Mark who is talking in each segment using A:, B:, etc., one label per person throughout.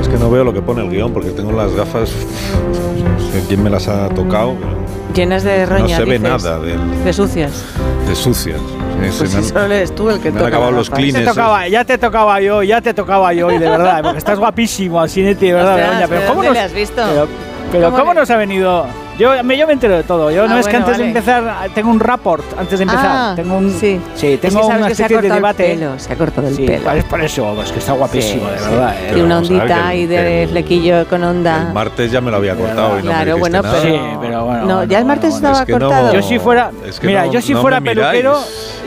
A: Es que no veo lo que pone el guión porque tengo las gafas. No sé quién me las ha tocado.
B: Llenas de
A: No
B: roña.
A: se ve
B: dices,
A: nada del-
B: De sucias.
A: de sucias. Sí, se
B: Pues
A: me
B: si
A: han-
B: solo eres tú el que
A: me han
B: toca.
A: acabado
B: la
A: los
B: ropa.
A: clean.
C: Ya te
A: Inés,
C: tocaba, ya te tocaba yo, ya te tocaba yo, y de verdad, porque estás guapísimo, así neti, de verdad,
B: Ostras,
C: Begoña,
B: ¿pero
C: Pero cómo
B: dónde
C: nos,
B: le has visto?
C: Pero, pero
B: ¿Cómo
C: ¿cómo,
B: le-
C: nos ha venido. Yo me, yo me entero de todo. Yo
B: Ah,
C: no es que
B: bueno,
C: antes
B: vale.
C: de empezar tengo un rapport antes de empezar.
B: Ah,
C: tengo un
B: sí. Es
C: tengo
B: que sabes
C: una
B: que se ha
C: especie de
B: cortado el
C: debate.
B: pelo, se ha cortado el
C: Sí,
B: pelo.
C: es por eso, es que está guapísimo,
B: Sí,
C: de
B: sí.
C: verdad.
B: Y
C: ¿eh?
A: Pero
B: una
A: vamos a ver
B: ondita
A: que el-
B: ahí
A: que
B: de
A: el-
B: flequillo con onda.
A: El martes ya me lo había cortado y no me
B: claro,
A: dijiste
B: bueno,
A: nada.
B: pero,
C: Sí, pero bueno,
B: no, ya el
C: bueno,
B: martes
C: bueno,
B: estaba
A: es que no-
B: cortado.
C: Yo si fuera,
A: Es que
C: mira,
A: no-
C: yo si
A: no
C: fuera
A: me miráis.
C: peluquero,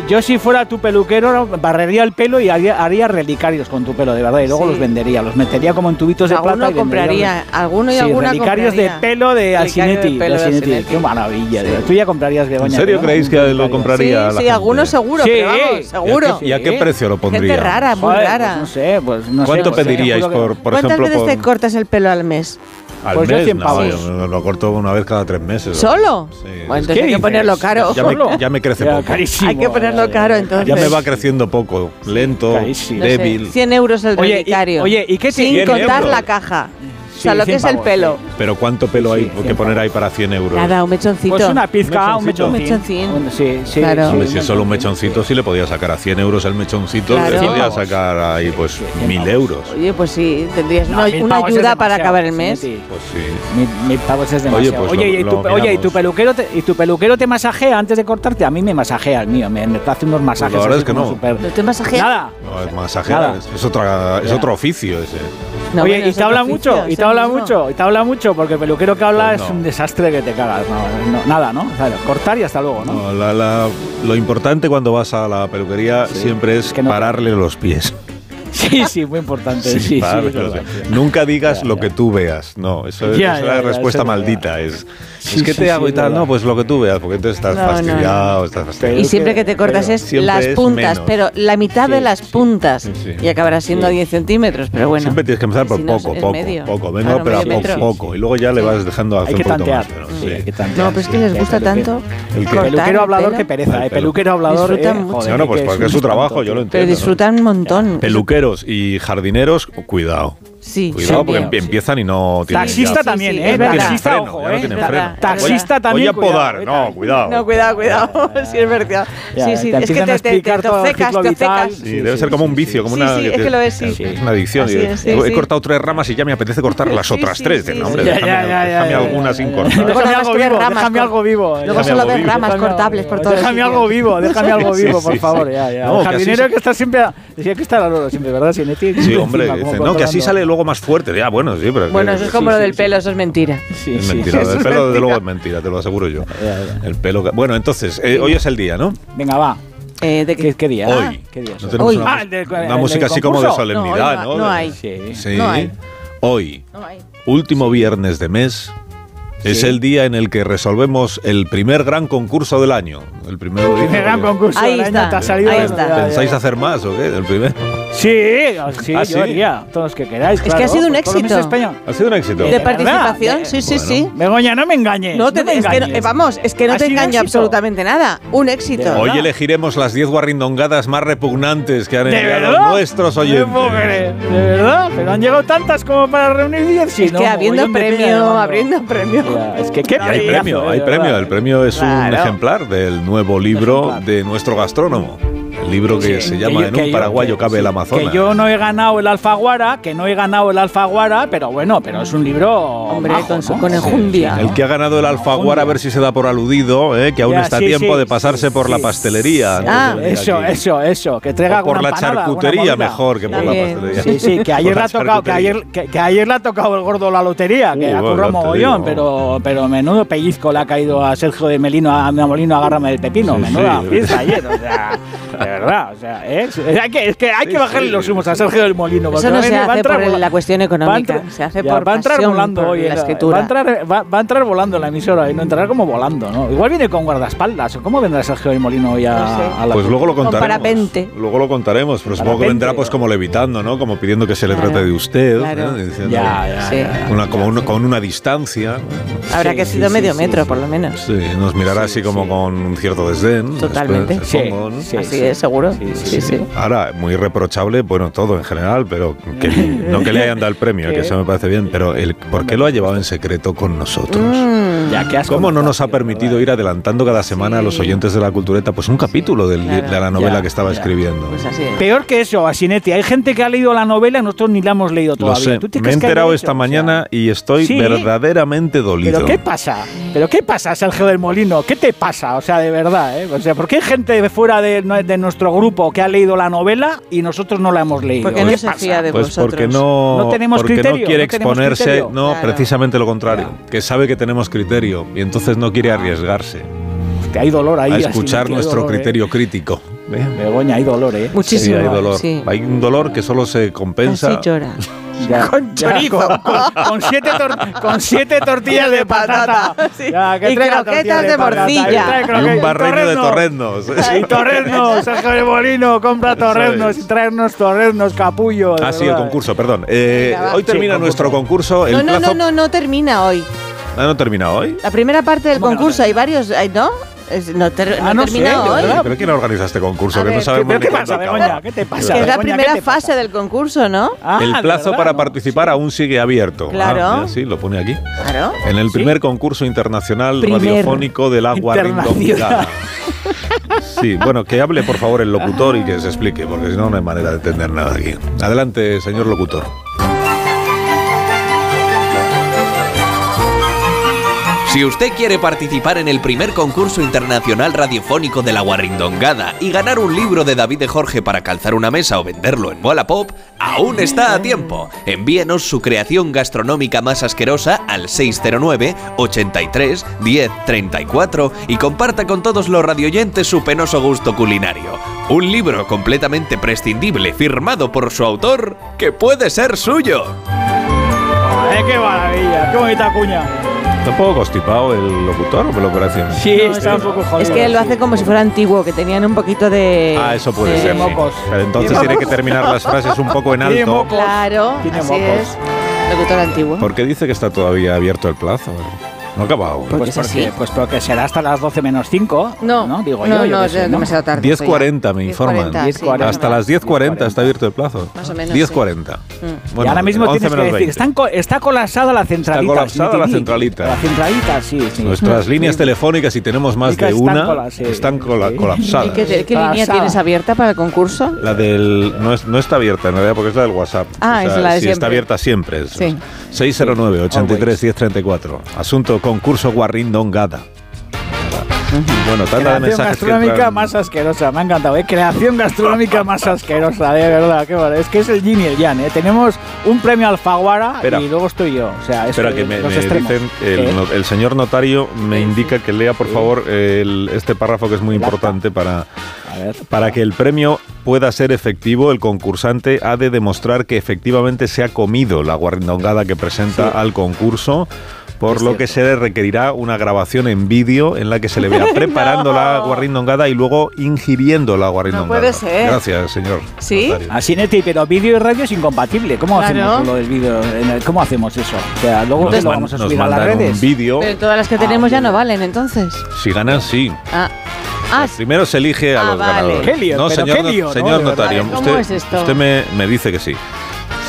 C: yo si fuera tu peluquero barrería el pelo y haría, haría relicarios con tu pelo, de verdad, y luego
B: Sí.
C: los vendería, los metería como en tubitos de plata
B: alguno
C: y vendería
B: compraría, alguno y
C: Sí,
B: alguna
C: relicarios
B: compraría.
C: de pelo de
B: Relicario
C: Alcinetti.
B: de
C: de
B: pelo de
C: Alcinetti.
B: Alcinetti.
C: Qué maravilla.
B: Sí.
C: de verdad. Tú ya comprarías Begoña.
A: ¿En serio
C: ¿no?
A: creéis
C: Un
A: que lo
C: relicario.
A: compraría?
B: sí,
A: la
B: sí,
A: gente?
B: alguno seguro,
C: Sí.
B: pero vamos,
A: ¿Y a qué-
B: seguro.
A: ¿Y a qué
C: Sí.
A: precio lo pondría?
B: Gente rara, muy
C: Joder,
B: rara.
C: Pues no sé, pues no sé,
A: ¿Cuánto
C: pues,
A: pediríais
C: yo juro que-
A: por, por
B: ¿Cuántas
A: ejemplo,
B: veces te
A: por-
B: cortas el pelo al mes?
A: al
C: Pues yo
A: mes?
C: cien
A: No,
C: pavos.
A: yo me lo corto una vez cada tres meses.
B: ¿Solo?
A: Sí.
B: Bueno, entonces
C: ¿Qué
B: hay que
C: dices?
B: ponerlo caro.
A: ya, me, ya me crece
C: Ya,
A: poco.
C: carísimo.
B: Hay que ponerlo
C: Ya, ya,
B: caro,
C: ya,
B: entonces.
A: Ya me va creciendo poco. Lento,
C: Carísimo.
B: No sé,
A: débil.
B: 100 euros el
C: Oye, y-
B: relicario.
C: oye, ¿y qué te-
B: Sin
A: 100
B: contar
A: euros?
B: la caja. o sea,
C: Sí,
B: lo que
C: 100
B: es el
C: pavos,
B: pelo.
A: Pero ¿cuánto pelo
C: Sí,
A: hay
C: sí,
A: que
C: cien
A: poner ahí para 100 euros?
B: Nada, un mechoncito.
C: Pues una pizca, un
A: mechoncito.
C: mechoncín.
B: Un
C: Sí, sí.
B: Claro.
A: Hombre,
C: sí,
A: si es solo un mechoncito, sí le podía sacar a 100 euros el mechoncito,
B: Claro.
A: le podía sacar ahí pues
C: sí, cien
A: 1000
C: pavos.
A: euros.
B: Oye, pues sí, tendrías
C: No,
B: una,
C: mil
B: una
C: pavos es
B: ayuda para
C: demasiado,
B: acabar el
C: sí,
B: mes.
C: sí.
A: Pues sí.
C: Mil, mil pavos es demasiado.
A: pues
C: Oye,
A: lo-
C: y, tu,
A: lo
C: oye, y tu
A: miramos.
C: peluquero te, y tu peluquero te masajea antes de cortarte. A mí me masajea el mío, me, me hace unos masajes.
A: la verdad
C: así
A: es que
C: como
A: no.
C: súper-
B: ¿No te masajeas?
C: Nada.
A: No, es masajera,
C: Nada.
A: es, es otra, es
C: Ya.
A: otro oficio ese.
B: No,
C: Oye,
B: bueno,
C: y
B: es
C: te
B: otro
C: habla
B: oficio,
C: mucho,
B: es
C: y te
B: el
C: habla
B: mismo.
C: mucho, y te habla mucho, porque el peluquero que habla
A: Pues
C: es
A: no.
C: un desastre que te cagas. No, no, nada, ¿no? Claro, cortar y hasta luego, ¿no?
A: No, la- la- lo importante cuando vas a la peluquería
C: Sí.
A: siempre es,
C: Es que no-
A: pararle los pies.
C: Sí, sí, muy importante.
A: Sí,
C: Sí, sí,
A: pararle
C: es verdad,
A: los pies.
C: sí.
A: Nunca digas
C: Ya,
A: lo
C: ya.
A: que tú veas. No, eso es,
C: Ya,
A: esa es
C: ya,
A: la
C: ya,
A: respuesta
C: eso es
A: maldita. Es,
C: Sí,
A: es que
C: sí,
A: te
C: sí,
A: hago y
C: es
A: tal.
C: verdad.
A: No, pues lo que tú veas, porque entonces estás
B: No, no,
A: fastidiado, estás fastidiado.
B: Y siempre que te cortas
C: Pero
B: es
A: siempre
B: las
A: es
B: puntas,
A: menos.
B: pero la mitad de
A: Sí,
B: las
A: sí,
B: puntas.
A: sí, sí.
B: Y acabará siendo
C: Sí.
B: 10 centímetros, pero bueno.
A: Siempre tienes que empezar por
B: Si no,
A: poco,
B: es
A: poco,
B: medio.
A: poco, menos,
B: Claro,
A: pero a
B: medio
A: poco,
B: metro.
A: poco. Y luego ya le vas dejando hacer
C: Hay que
A: un poquito
C: tantear.
A: más. pero
C: Sí,
A: sí.
C: hay que tantear,
B: No, pero es que
C: sí,
B: les
C: sí,
B: gusta
C: el peluquero.
B: tanto.
A: El que-
B: cortar
C: Peluquero hablador,
B: pelo.
C: qué pereza,
A: El
C: ¿eh?
A: pelo.
C: Peluquero hablador.
B: Disfrutan
C: eh,
B: mucho.
C: joder,
A: Bueno, pues
C: que
A: porque
C: un
A: es su trabajo,
C: espanto,
A: yo lo
C: tío.
B: Pero
A: entiendo.
B: disfrutan un montón.
A: Peluqueros y jardineros, cuidado.
B: Sí,
A: Cuidado
B: sí.
A: porque
C: también,
A: empie- empiezan y no tienen
C: Taxista
A: ya-
C: también,
B: Sí, sí,
C: ¿eh?
B: es verdad.
C: Taxista,
A: Ya no tienen
C: ojo,
A: freno, ya no
C: ¿eh?
A: tienen
B: Es verdad,
A: freno.
B: es
C: Taxista
B: verdad.
A: Voy
C: también.
A: a podar,
C: cuidado, eh,
A: no, cuidado.
B: No, cuidado, cuidado. Sí, es verdad. Sí, sí,
C: Ya, te
B: es que
C: empiezan
B: te, te-
C: a
B: te,
C: explicar todo el
B: obcecas, te
C: ciclo vital.
B: obcecas.
A: Sí,
C: Sí,
A: debe
C: sí,
A: ser como
C: sí,
A: un
C: sí,
A: vicio, como
B: sí,
A: una.
B: sí, es
A: te-
B: que lo es, sí.
A: Es una adicción.
B: Así
A: y-
B: es, sí,
A: he
B: sí.
A: cortado tres ramas y ya me apetece cortar las
B: Sí,
A: otras
B: sí,
A: tres. De,
B: sí,
A: no,
B: sí,
A: hombre,
B: sí.
A: déjame,
C: Ya, ya, ya,
A: déjame
C: ya,
A: alguna
C: ya,
A: sin
C: ya.
A: cortar.
B: Luego
C: Déjame
B: nada más
C: algo
B: que ver
C: vivo,
B: ramas
C: déjame
B: con-
C: algo vivo.
B: Luego
A: Déjame
B: solo
A: algo
B: ves
A: vivo.
B: ramas
C: Déjame
B: cortables
C: algo
B: por
C: vivo,
B: todos
C: Déjame
B: los
C: algo
B: sitios.
C: vivo, déjame algo
A: Sí,
C: vivo,
A: sí,
C: por
A: sí.
C: favor. Ya, ya.
A: No, que
C: El
A: así
C: jardinero
A: se-
C: que está siempre. a- Decía que está al oro siempre, ¿verdad? Sinetti?
A: Sí, hombre,
C: Encima, como
A: dicen, no, que así
C: controlando.
A: sale luego más fuerte. Ya, bueno, sí, pero.
B: Bueno, eso es como
C: Sí,
B: lo
C: sí,
B: del
C: sí.
B: pelo, eso es mentira.
C: Sí,
A: Es
C: sí,
A: mentira,
C: eso
A: el
C: es
A: pelo desde
C: mentira.
A: luego es mentira, te lo aseguro yo.
C: Ya, ya.
A: El pelo. que- Bueno, entonces, eh, hoy es el día, ¿no?
C: Venga, va.
B: Eh, de
C: ¿Qué,
B: que,
C: qué día? Ah,
A: Hoy.
C: ¿Qué día?
A: No tenemos
B: Hoy.
A: Una,
C: Ah, el del-
A: una
C: el del
A: música así como de
C: concurso.
A: solemnidad,
B: No, hoy
A: ¿no?
B: no hay.
C: Sí.
A: Sí.
B: No hay.
A: Hoy,
B: No hay.
A: último viernes de mes, es
C: Sí.
A: el día en el que resolvemos el primer gran concurso del año. El primer
C: Qué gran concurso.
B: Ahí
C: del año,
B: está,
C: te ha salido
B: ahí
C: de-
B: está.
C: ya, ya, ya.
A: ¿Pensáis hacer más o qué? El primero.
C: Sí, sí,
A: ¿Ah, sí?
C: yo haría. Todos los que queráis.
B: que
C: claro,
B: ha sido un
C: por todos los
B: éxito.
C: españoles.
A: Ha sido un éxito.
B: De
C: verdad,
B: participación,
C: de-
B: sí, sí,
A: Bueno.
B: sí.
C: Begoña, no me engañes.
B: No te,
C: me
B: es que no-
C: engañes.
B: eh, vamos, es que no
C: Ha
B: te
C: sido un
B: engaña
C: éxito.
B: absolutamente nada. Un éxito.
C: De
A: Hoy
C: verdad.
A: elegiremos las 10 guarrindongadas más repugnantes que han
C: ¿De
A: enviado
C: verdad?
A: nuestros
C: No puedo creer,
A: oyentes.
C: De verdad, pero han llegado tantas como para reunir 10. Sí,
B: Es
C: no,
B: que habiendo
C: mogollón de piña de
B: premio,
C: mango.
B: abriendo premio.
C: Ya, es que qué
A: Y hay
C: pedazo,
A: premio,
C: de
A: hay
C: verdad.
A: premio. El premio es un
B: Claro.
A: ejemplar del nuevo libro
C: Ejemplar.
A: de nuestro gastrónomo. El libro que
C: Sí,
A: se llama
C: yo-
A: En
C: que
A: un
C: yo-
A: paraguayo
C: que-
A: cabe el
C: sí,
A: Amazonas.
C: Que yo no he ganado el Alfaguara, que no he ganado el Alfaguara, pero bueno, pero es un libro.
B: Hombre,
C: majo,
B: con su-
C: ¿no?
B: con enjundia.
A: El que ha ganado el Alfaguara, a ver si se da por aludido, eh, que aún
C: Ya,
A: está a
C: sí,
A: tiempo
C: sí,
A: de pasarse por la pastelería. antes de
B: Ah.
A: venir
C: Eso,
A: aquí.
C: eso, eso. Que traiga
A: O por
C: alguna
A: la
C: empanada, alguna
A: charcutería
C: movida.
A: mejor que por la
B: También.
A: pastelería.
C: Sí, sí, que ayer,
A: Por
C: le
A: la
C: ha tocado, que,
A: charcutería.
C: ayer, que, que ayer le ha tocado el gordo la lotería, que
A: Uh,
C: ha
A: bueno,
C: currado
A: te
C: mogollón,
A: digo.
C: pero, pero menudo pellizco le ha caído a Sergio de Melino, a, a Molino, agárrame del pepino,
A: Sí,
C: menuda
A: sí.
C: fiesta ayer, o sea, de verdad. O sea, ¿eh? hay que, es que hay que
A: Sí,
C: bajarle
A: sí,
C: los humos a
A: sí.
C: Sergio del Molino. porque
B: Eso no
C: va a
B: se
C: venir- va a
B: hace
C: entrar
B: por
C: vola-
B: la cuestión
C: va a
B: económica,
C: entrar-
B: se hace
C: ya,
B: por
C: va a entrar
B: pasión,
C: volando
B: por
C: hoy en
B: la
C: la-
B: escritura.
C: Va a, entrar, va, va a entrar volando en la emisora y no entrará como volando, ¿no? Igual viene con guardaespaldas. ¿Cómo vendrá Sergio del Molino hoy a,
B: No sé.
C: a la
A: Pues luego lo
B: Con
A: contaremos.
B: parapente.
A: Luego lo contaremos, pero supongo que
C: Parapente.
A: vendrá pues como levitando, ¿no? Como pidiendo que se le
B: Claro.
A: trate de usted.
B: Claro.
A: ¿no? Diciendo-
C: Ya, ya,
B: Sí.
C: ya, ya.
A: Una- como un- con una distancia.
B: Habrá
C: Sí,
B: que
C: sí,
B: sido
C: sí,
B: medio
C: sí,
B: metro,
C: sí.
B: por lo menos.
A: Sí, nos mirará
C: Sí,
A: así como
C: sí.
A: con un cierto desdén.
B: Totalmente.
A: espe-
C: Sí,
A: supongo, ¿no?
C: sí,
B: Así
C: sí.
B: es, seguro.
C: Sí, sí,
B: Sí,
C: sí.
B: sí.
A: Ahora, muy reprochable, bueno, todo en general, pero que, no que le hayan dado el premio, ¿eh? que eso me parece bien, pero el, ¿por qué lo ha llevado en secreto con nosotros?
B: Mm.
C: Ya, qué asco
A: ¿Cómo no nos ha
C: tío,
A: permitido ir adelantando cada semana a los
B: Sí.
A: oyentes de la cultureta pues un capítulo del-
B: claro.
A: de la novela
C: Ya,
A: que estaba
C: ya.
A: escribiendo?
B: Pues así es.
C: Peor que eso, Asinetti. Hay gente que ha leído la novela y nosotros ni la hemos leído
A: Lo
C: todavía.
A: sé,
C: ¿Tú te
A: me he
C: crees que haya
A: enterado
C: hecho?
A: esta
C: O sea,
A: mañana y estoy
C: Sí.
A: verdaderamente dolido.
C: ¿Pero qué pasa? ¿Pero qué pasa, Sergio del Molino? ¿Qué te pasa? O sea, de verdad, ¿eh? O sea, ¿por qué hay gente de fuera de, de nuestro grupo que ha leído la novela y nosotros no la hemos leído?
B: Porque no
C: ¿Qué
B: se
C: pasa?
B: fía de
A: Pues
B: vosotros.
A: porque no,
C: No tenemos
A: porque
C: criterio,
A: no quiere
C: no tenemos
A: exponerse,
C: criterio.
A: no,
B: Claro.
A: precisamente lo contrario, que sabe que tenemos criterio y entonces no quiere arriesgarse
C: Que hay dolor ahí.
A: a
C: Asinetti,
A: escuchar
C: hay
A: nuestro
C: dolor, ¿eh?
A: criterio crítico.
C: Begoña, hay dolor, ¿eh?
A: Sí,
B: Muchísimo.
A: hay dolor.
B: sí.
A: Hay un dolor que solo se
B: Casi
A: compensa.
B: llora.
C: Ya,
B: Con
C: ya,
B: chorizo.
C: con, con- con siete tor- con siete tortillas de patata.
B: Sí.
C: Ya, que
B: Y croquetas
C: traiga tortillas
B: de
C: patata, que
B: morcilla.
C: traiga
A: y
C: croque-
A: un barreño de
C: torreznos.
A: torrendos.
C: Y torreznos, Sergio del Molino, compra
A: Eso
C: torreznos y
A: es.
C: traernos torreznos, capullo. de
A: Ah, sí, el
C: verdad.
A: concurso, perdón. Eh,
B: Venga, va.
A: hoy
C: Sí,
A: termina
C: concurso.
A: nuestro concurso. El
B: No, no,
A: plazo...
B: no, no, no termina hoy.
A: Ah, ¿no termina hoy?
B: La primera parte del
C: ¿Cómo que no
B: concurso,
C: termina?
B: hay varios, hay- ¿no? Es- no ter-
C: Ah,
B: no
C: no sé,
B: termina
C: de
B: hoy.
C: verdad.
A: ¿Pero quién organiza este concurso?
B: A
A: que no
B: ver,
A: sabemos
C: ¿Pero
A: ni
C: eh. qué
A: cuándo
C: pasa,
A: acaba.
C: Begoña? ¿Qué te pasa?
B: Que es la
C: Begoña, ¿qué
B: primera
C: te pasa?
B: fase del concurso, ¿no?
C: Ah,
A: el
C: de
A: plazo
C: verdad,
A: para
C: ¿no?
A: participar aún sigue abierto.
B: Claro.
A: Ah, mira, sí, lo pone aquí.
B: Claro.
A: En el
C: Sí.
A: primer concurso internacional
B: Primer.
A: radiofónico del agua Rindón
C: Internacional.
A: Vidal. Sí, bueno, que hable por favor el locutor y que se explique, porque si no, no hay manera de entender nada aquí. Adelante, señor locutor.
D: Si usted quiere participar en el primer concurso internacional radiofónico de la guarrindongada y ganar un libro de David de Jorge para calzar una mesa o venderlo en Wallapop, aún está a tiempo. Envíenos su creación gastronómica más asquerosa al 609 83 10 34 y comparta con todos los radioyentes su penoso gusto culinario. Un libro completamente prescindible firmado por su autor que puede ser suyo.
C: Eh, qué maravilla, qué bonita cuña.
A: ¿Está un poco constipado el locutor o por la operación?
C: Sí,
B: No,
C: está
B: sí.
C: un poco jodido.
B: Es que lo hace como si fuera antiguo, que tenían un poquito de.
A: Ah, eso puede
B: de-
A: ser. sí.
C: mocos.
A: Pero entonces
C: Tiene
A: tiene que terminar las frases un poco en
C: Tiene
A: alto.
C: mocos.
B: Claro,
C: Tiene
B: así
C: mocos.
B: es. Locutor antiguo.
A: ¿Por qué dice que está todavía abierto el plazo? ¿eh? No ha acabado.
B: Porque
C: Pues
B: es
C: porque,
B: así.
C: pues porque será hasta las 12 menos 5.
B: No,
C: Digo
B: no,
C: yo, yo
B: no,
C: qué sé,
B: es
C: ¿no?
B: demasiado tarde. pues
A: 10.40 me
B: 10.40,
A: informan.
B: sí,
C: 10.40.
B: más o
A: Hasta
B: menos.
A: las 10.40 está abierto el plazo.
B: Más o menos,
A: 10.40.
B: Mm.
C: y ahora mismo
A: 11
C: tienes que
A: menos
C: decir,
A: 20.
C: están co- está colapsada la centralita.
A: colapsada
C: sí,
A: la
C: sí, sí.
A: centralita. Pues
C: La centralita, sí. Mm. sí.
A: Nuestras líneas telefónicas, si tenemos más de
C: Están
A: una,
C: cola- sí,
A: están cola-
C: sí.
B: ¿Y
A: colapsadas.
B: qué, te- qué
C: Pasada.
B: línea tienes abierta para el concurso?
A: La del. No, es- no está abierta en realidad porque es la del WhatsApp.
B: Ah, es la de
A: sí,
B: siempre.
A: está abierta siempre. es-
B: Sí.
A: 609-83-1034. Asunto concurso Guarrindongada. Bueno, tanta de
C: Creación
A: mensajes que
C: gastronómica
A: entran-
C: más asquerosa, me ha encantado. ¿eh? Creación gastronómica más asquerosa, de verdad. Qué bueno. Es que es el yin y el yang. ¿eh? Tenemos un premio Alfaguara
A: Espera.
C: y luego estoy yo. O sea, es
A: Espera, que me,
C: los
A: me
C: extremos.
A: dicen, el,
C: ¿Eh?
A: no- el señor notario me indica que lea, por favor, el- este párrafo que es muy
C: El acta.
A: importante para,
C: A ver.
A: Para que el premio pueda ser efectivo, el concursante ha de demostrar que efectivamente se ha comido la guarrindongada que presenta al concurso, por
C: Es
A: lo que se le requerirá una grabación en vídeo en la que se le vea preparando la guarrindongada y luego ingiriendo la guarrindongada.
B: puede ser.
A: Gracias, señor.
B: ¿Sí?
A: notario.
C: Así, Neti, pero vídeo y radio es incompatible. ¿Cómo
B: Claro.
C: hacemos lo del vídeo? en el- ¿Cómo hacemos eso? O sea, luego
A: Nos,
C: lo
A: man-
C: vamos a
A: nos
C: subir a las
A: mandan un
C: redes.
A: vídeo.
B: Pero todas las que
C: Ah,
B: tenemos ya
C: bien.
B: no valen, entonces.
A: Si ganan, sí.
B: Ah, ah,
A: Primero se elige a
B: Ah,
A: los
B: vale.
A: ganadores.
C: Qué lío,
A: no,
C: pero
A: señor,
C: qué
A: no-
C: lío, ¿no?
A: señor
C: De verdad.
A: notario,
B: ¿Cómo
A: usted,
B: es esto?
A: usted me, me dice que sí.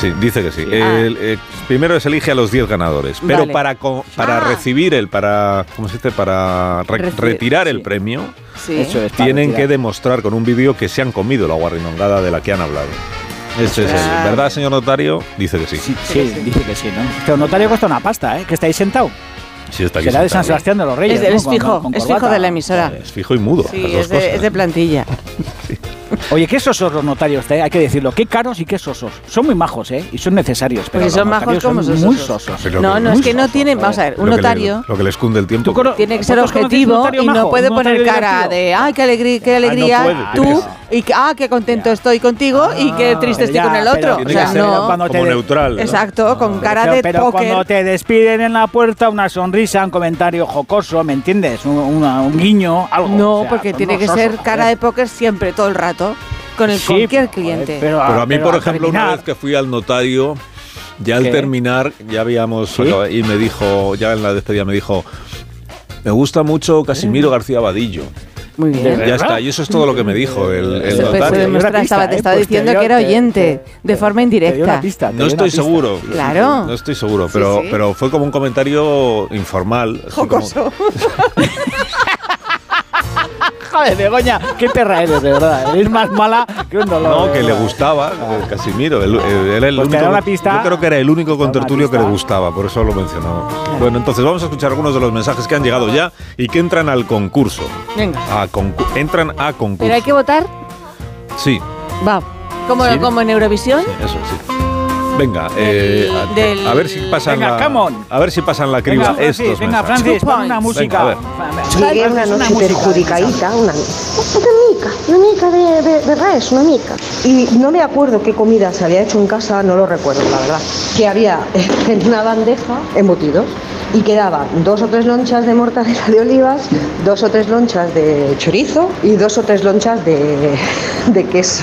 A: Sí, dice que sí. El- eh, primero se elige a los 10 ganadores, pero
B: Vale.
A: para co- para
B: Ah.
A: recibir el para ¿cómo se dice? para re-
B: Reci-
A: retirar el
C: sí.
A: premio
B: sí.
C: Eso es, para
A: tienen que
C: retirar.
A: demostrar con un vídeo que se han comido la guarrinongada de la que han hablado. Ese es el,
B: Ostras.
A: ¿verdad, señor notario? Dice que sí.
C: Sí, sí, dice que sí, ¿no? Pero notario cuesta una pasta, ¿eh? Que estáis sentado.
A: Sí, está aquí
C: Será de San
A: sentado.
C: Sebastián de los Reyes.
B: Es de-
C: ¿no?
B: es
C: Con-
B: fijo,
C: con
B: es
C: corbata.
B: fijo de la emisora.
A: Es fijo y mudo.
B: Sí,
A: las dos
B: es de,
A: cosas.
B: es de plantilla.
C: Oye, qué sosos los notarios, eh, hay que decirlo. Qué caros y qué sosos. Son muy majos, ¿eh? Y son necesarios. Pero
B: Porque
C: los
B: son majos
C: notarios
B: como
C: son
B: sosos.
C: Muy sosos.
A: Pero
B: No,
A: que-
B: no, es que no
C: sosos,
B: tiene.
C: ¿eh?
B: Vamos a ver, un
A: Lo que le-
B: notario.
A: lo que les cunde el tiempo.
C: Tú cono-
B: Tiene que ser
C: ¿Vosotros conocéis un
B: objetivo
C: notario
B: y
C: majo?
B: no puede
C: ¿Un notario
B: poner cara
C: divertido?
B: de, ay, qué alegría, qué alegría
A: puede, tiene
B: tú,
A: que
B: y que, ah, qué contento estoy contigo y qué triste estoy
C: Ya,
B: con el otro.
C: pero
B: O
A: Tiene
B: sea,
A: que ser
B: no.
C: cuando
A: como
C: te-
A: neutral. ¿no?
B: Exacto, con cara
C: pero,
B: de
C: pero cuando
B: póker.
C: te despiden en la puerta, una sonrisa, un comentario jocoso, ¿me entiendes? Un, una- un guiño, algo.
B: No,
C: O sea,
B: porque
C: son
B: tiene
C: unos
B: que
C: sosos,
B: ser
C: joder.
B: cara de póker siempre, todo el rato, con el
C: Sí,
B: cualquier
C: pero, joder,
B: cliente.
A: Pero a mí, por ejemplo, una
C: terminar,
A: vez que fui al notario, ya al
C: ¿Qué?
A: terminar, ya habíamos.
C: ¿Sí?
A: acabado, Y me dijo, ya en la despedida me dijo. Me gusta mucho Casimiro García Vadillo.
B: Muy
C: de
B: bien.
C: verdad.
A: Ya está, y eso es todo lo que me dijo el, el
B: Se
C: Eso
B: fue- fue
C: notario.
A: notario.
C: puede-
B: demostrar,
C: Te dio una
B: estaba-
C: pista,
B: te
C: ¿eh?
B: estaba
C: Pues te
B: diciendo
C: dio-
B: que era
C: te-
B: oyente,
C: te-
B: de forma
C: te dio una
B: indirecta.
C: pista, te
A: No
C: dio una
A: estoy
C: pista.
A: seguro.
B: Claro.
A: No estoy seguro,
B: Sí,
A: pero,
B: sí.
A: pero fue como un comentario informal. así como-
B: Jocoso.
C: Joder, Begoña, qué perra eres, de verdad. Eres más mala que un dolor. de
A: no, que le
C: verdad.
A: gustaba eh, Casimiro. el- el- era el
C: Pues te
A: único-
C: da una pista.
A: Yo creo que era el único contertulio que le
C: pista.
A: gustaba, por eso lo mencionó. Bueno, entonces vamos a escuchar algunos de los mensajes que han llegado ya y que entran al concurso.
B: Venga.
A: A concu- entran a concurso.
B: Pero hay que votar.
A: Sí,
B: Va. Como,
A: Sí.
B: como en Eurovisión.
A: eso sí. Venga,
B: Del-
A: eh, a,
B: del-
A: a ver si pasan
C: Venga,
A: la
C: come on.
A: a ver si pasan la criba
C: Venga, Francis,
A: estos
C: venga,
A: mensajes.
C: Francis, pon
B: Venga,
C: una
B: a
C: música.
A: ver.
E: Llegué una noche perjudicadita, una, una mica, una mica de, de, de res, una mica. Y no me acuerdo qué comida se había hecho en casa, no lo recuerdo, la verdad. Que había eh, en una bandeja embutidos y quedaban dos o tres lonchas de mortadela de olivas, dos o tres lonchas de chorizo y dos o tres lonchas de, de queso.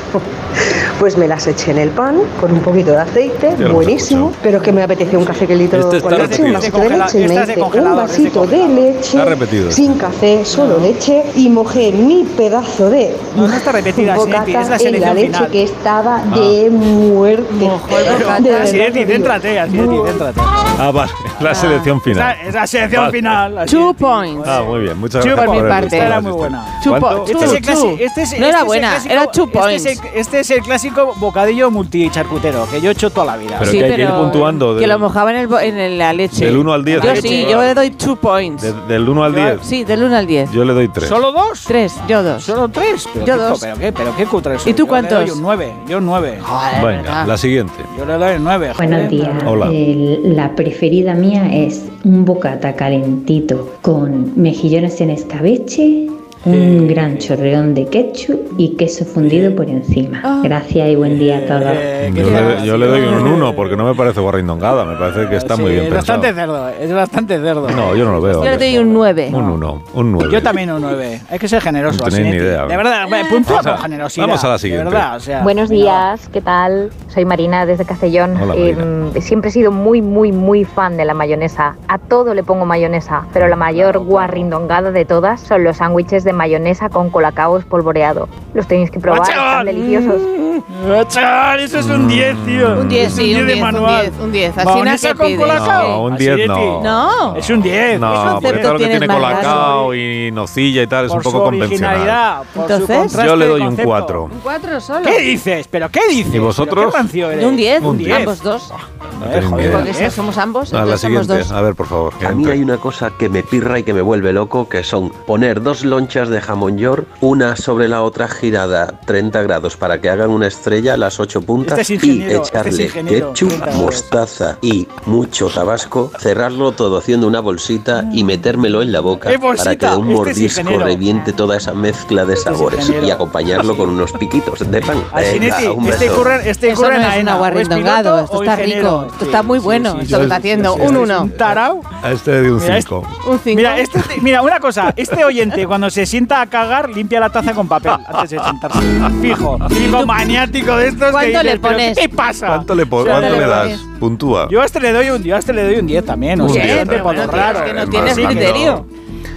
E: Pues me las eché en el pan con un poquito de aceite,
A: Ya lo hemos
E: buenísimo,
A: escuchado.
E: pero que me apetecía un café que litro
A: Este está
E: con leche, un
A: repetido.
E: vasito de leche, y
C: Este
E: me
C: es de
E: hice un
C: congelador, este
E: vasito de
C: congelador.
E: leche
A: Está repetido.
E: sin café, solo leche y mojé mi pedazo de
C: No, no está repetida,
E: bocata
C: Sinetti, es la
E: en la
C: selección
E: leche
C: final.
E: que estaba
F: Ah.
E: de muerte.
B: Mojó el bocata.
E: verdad,
C: Sieti,
E: te digo.
C: céntrate, Sieti, céntrate.
A: Ah, vale, la selección final.
C: Esa, esa sección
A: Vale.
C: final. así
B: Two
C: es.
B: points.
A: Ah, muy bien, muchas
C: eh, Chupa
A: gracias.
B: por mi
A: el
B: parte.
A: mensaje.
C: Era muy buena.
B: Chupo,
A: ¿Cuánto?
C: Este es, el
B: Chu,
C: clasi-
B: chu.
C: este es-
B: No
C: este
B: era
C: es el
B: buena,
C: clásico-
B: era two
C: Este es,
B: points.
C: el, este es el clásico bocadillo multicharcutero que yo he hecho toda la vida.
A: Pero que hay que ir puntuando
B: Que
A: del-
B: lo mojaba en, el, bo- en el- la leche.
A: del uno al diez,
B: Yo
A: ¿no?
B: sí, yo le doy two points.
A: De- del 1 al 10,
B: sí, del 1 al 10.
A: yo le doy 3.
C: ¿Solo dos?
B: Tres, yo dos.
C: ¿Solo tres? Pero
B: Yo
C: qué co-
B: dos.
C: Pero qué, pero qué cutre soy.
B: ¿Y tú
C: Yo le doy
B: cuántos? Ah.
C: un nueve, yo un nueve.
B: Joder,
A: Venga,
C: Ah.
B: ¿verdad?
A: la siguiente.
C: Yo le doy un nueve.
G: Buenos
C: joder.
G: días.
A: Hola.
G: El- la preferida mía es un bocata calentito con mejillones en escabeche, un gran chorreón de ketchup y queso fundido por encima.
B: Ah.
G: Gracias y buen día a todos.
C: Eh, ¿qué
A: Yo
C: tal?
A: le, yo le doy un 1 porque no me parece guarrindongada, me parece que está
C: Sí,
A: muy bien
C: Es
A: pensado.
C: bastante cerdo, es bastante cerdo.
A: No, yo no lo veo.
B: Yo le doy un 9.
A: Un 1, un 9.
C: Yo también un 9. Hay que ser generoso.
A: No tenéis ni
C: Sinetti.
A: idea.
C: De verdad, bueno, puntúa
A: Vamos a-
C: con generosidad.
A: vamos a la
C: de
A: siguiente.
C: verdad, o sea,
H: Buenos
C: venga,
H: días, ¿qué tal? Soy Marina desde Castellón.
A: Hola,
H: Eh,
A: Marina.
H: mm, siempre he sido muy, muy, muy fan de la mayonesa. A todo le pongo mayonesa, pero la mayor guarrindongada de todas son los sándwiches de mayonesa con colacao espolvoreado. Los tenéis que probar, están deliciosos.
I: Mm.
C: va. Ah, chaval, eso es
A: Mm.
C: un 10, tío.
B: Un 10, sí,
C: es
B: un 10,
C: de
B: un
C: manual.
B: 10, un 10. Así
C: Mayonesa
B: nada que
C: con
B: pides.
C: colacao.
A: No, un
C: Así
A: 10
C: es,
A: no.
C: tío.
B: No.
C: Es un diez, es un
A: No, porque
B: concepto
A: todo lo que
B: tienes
A: tiene
B: más
A: colacao y nocilla y tal es
C: por
A: un poco
C: su
A: convencional.
C: originalidad, por su
B: Entonces-
C: contraste
A: Yo le
C: de
A: doy un
C: concepto.
A: 4.
B: ¿Un 4 solo?
C: ¿Qué dices? ¿Pero qué dices?
A: ¿Y vosotros?
C: ¿Pero qué rancio eres?
B: De un 10,
A: Un diez.
B: ambos dos.
A: No tenéis ni
C: joder,
A: idea.
B: Eh, Porque si somos ambos,
A: A la
B: entonces somos
A: siguiente,
B: dos.
A: a ver, por favor. que
J: A mí
A: entre.
J: hay una cosa que me pirra y que me vuelve loco, que son poner dos lonchas de jamón york, una sobre la otra girada 30 grados para que hagan una estrella las ocho puntas
C: Este es
J: y
C: ingeniero, este
J: echarle
C: es ingeniero, 30
J: ketchup,
C: grados.
J: mostaza y mucho tabasco, cerrarlo todo haciendo una bolsita y metérmelo en la boca
C: ¡Qué
J: para que
C: bolsita!
J: de un
C: Este es
J: mordisco
C: ingeniero.
J: reviente toda esa mezcla de
C: Este es
J: sabores
C: ingeniero.
J: y acompañarlo con unos piquitos de pan.
C: Al
J: Venga,
C: Sinetti,
J: un
C: este
J: beso.
C: curran, este
B: Eso no
C: curran
B: es un
C: aena, o es
B: aguarrindongado,
C: piloto
B: esto
C: o
B: está
C: ingeniero.
B: rico, esto está muy bueno, esto
A: yo-
B: que está haciendo,
A: yo-
B: un
A: yo-
B: 1.
C: Un tarao.
A: A este le doy un
C: Mira, este-
A: 5.
B: Un 5.
C: Mira, este, mira, una cosa, este oyente cuando se sienta a cagar limpia la taza con papel antes de sentarse. Fijo, fijo maniático de estos que
B: ¿Cuánto
C: dices,
B: le
C: "¿Pero
B: pones?
C: ¿Qué te pasa?
A: ¿Cuánto le, po-
B: Yo
A: cuánto
B: le
A: le
B: doy
A: das?
B: diez.
A: Puntúa.
C: Yo a este le doy un, yo a este le doy un 10 también, o
A: Un
C: sea,
A: diez, ¿eh?
C: gente
A: pero
C: por lo
A: bueno,
C: raro.
A: tío,
B: es que no
A: es
B: tienes
A: más rápido.
B: criterio.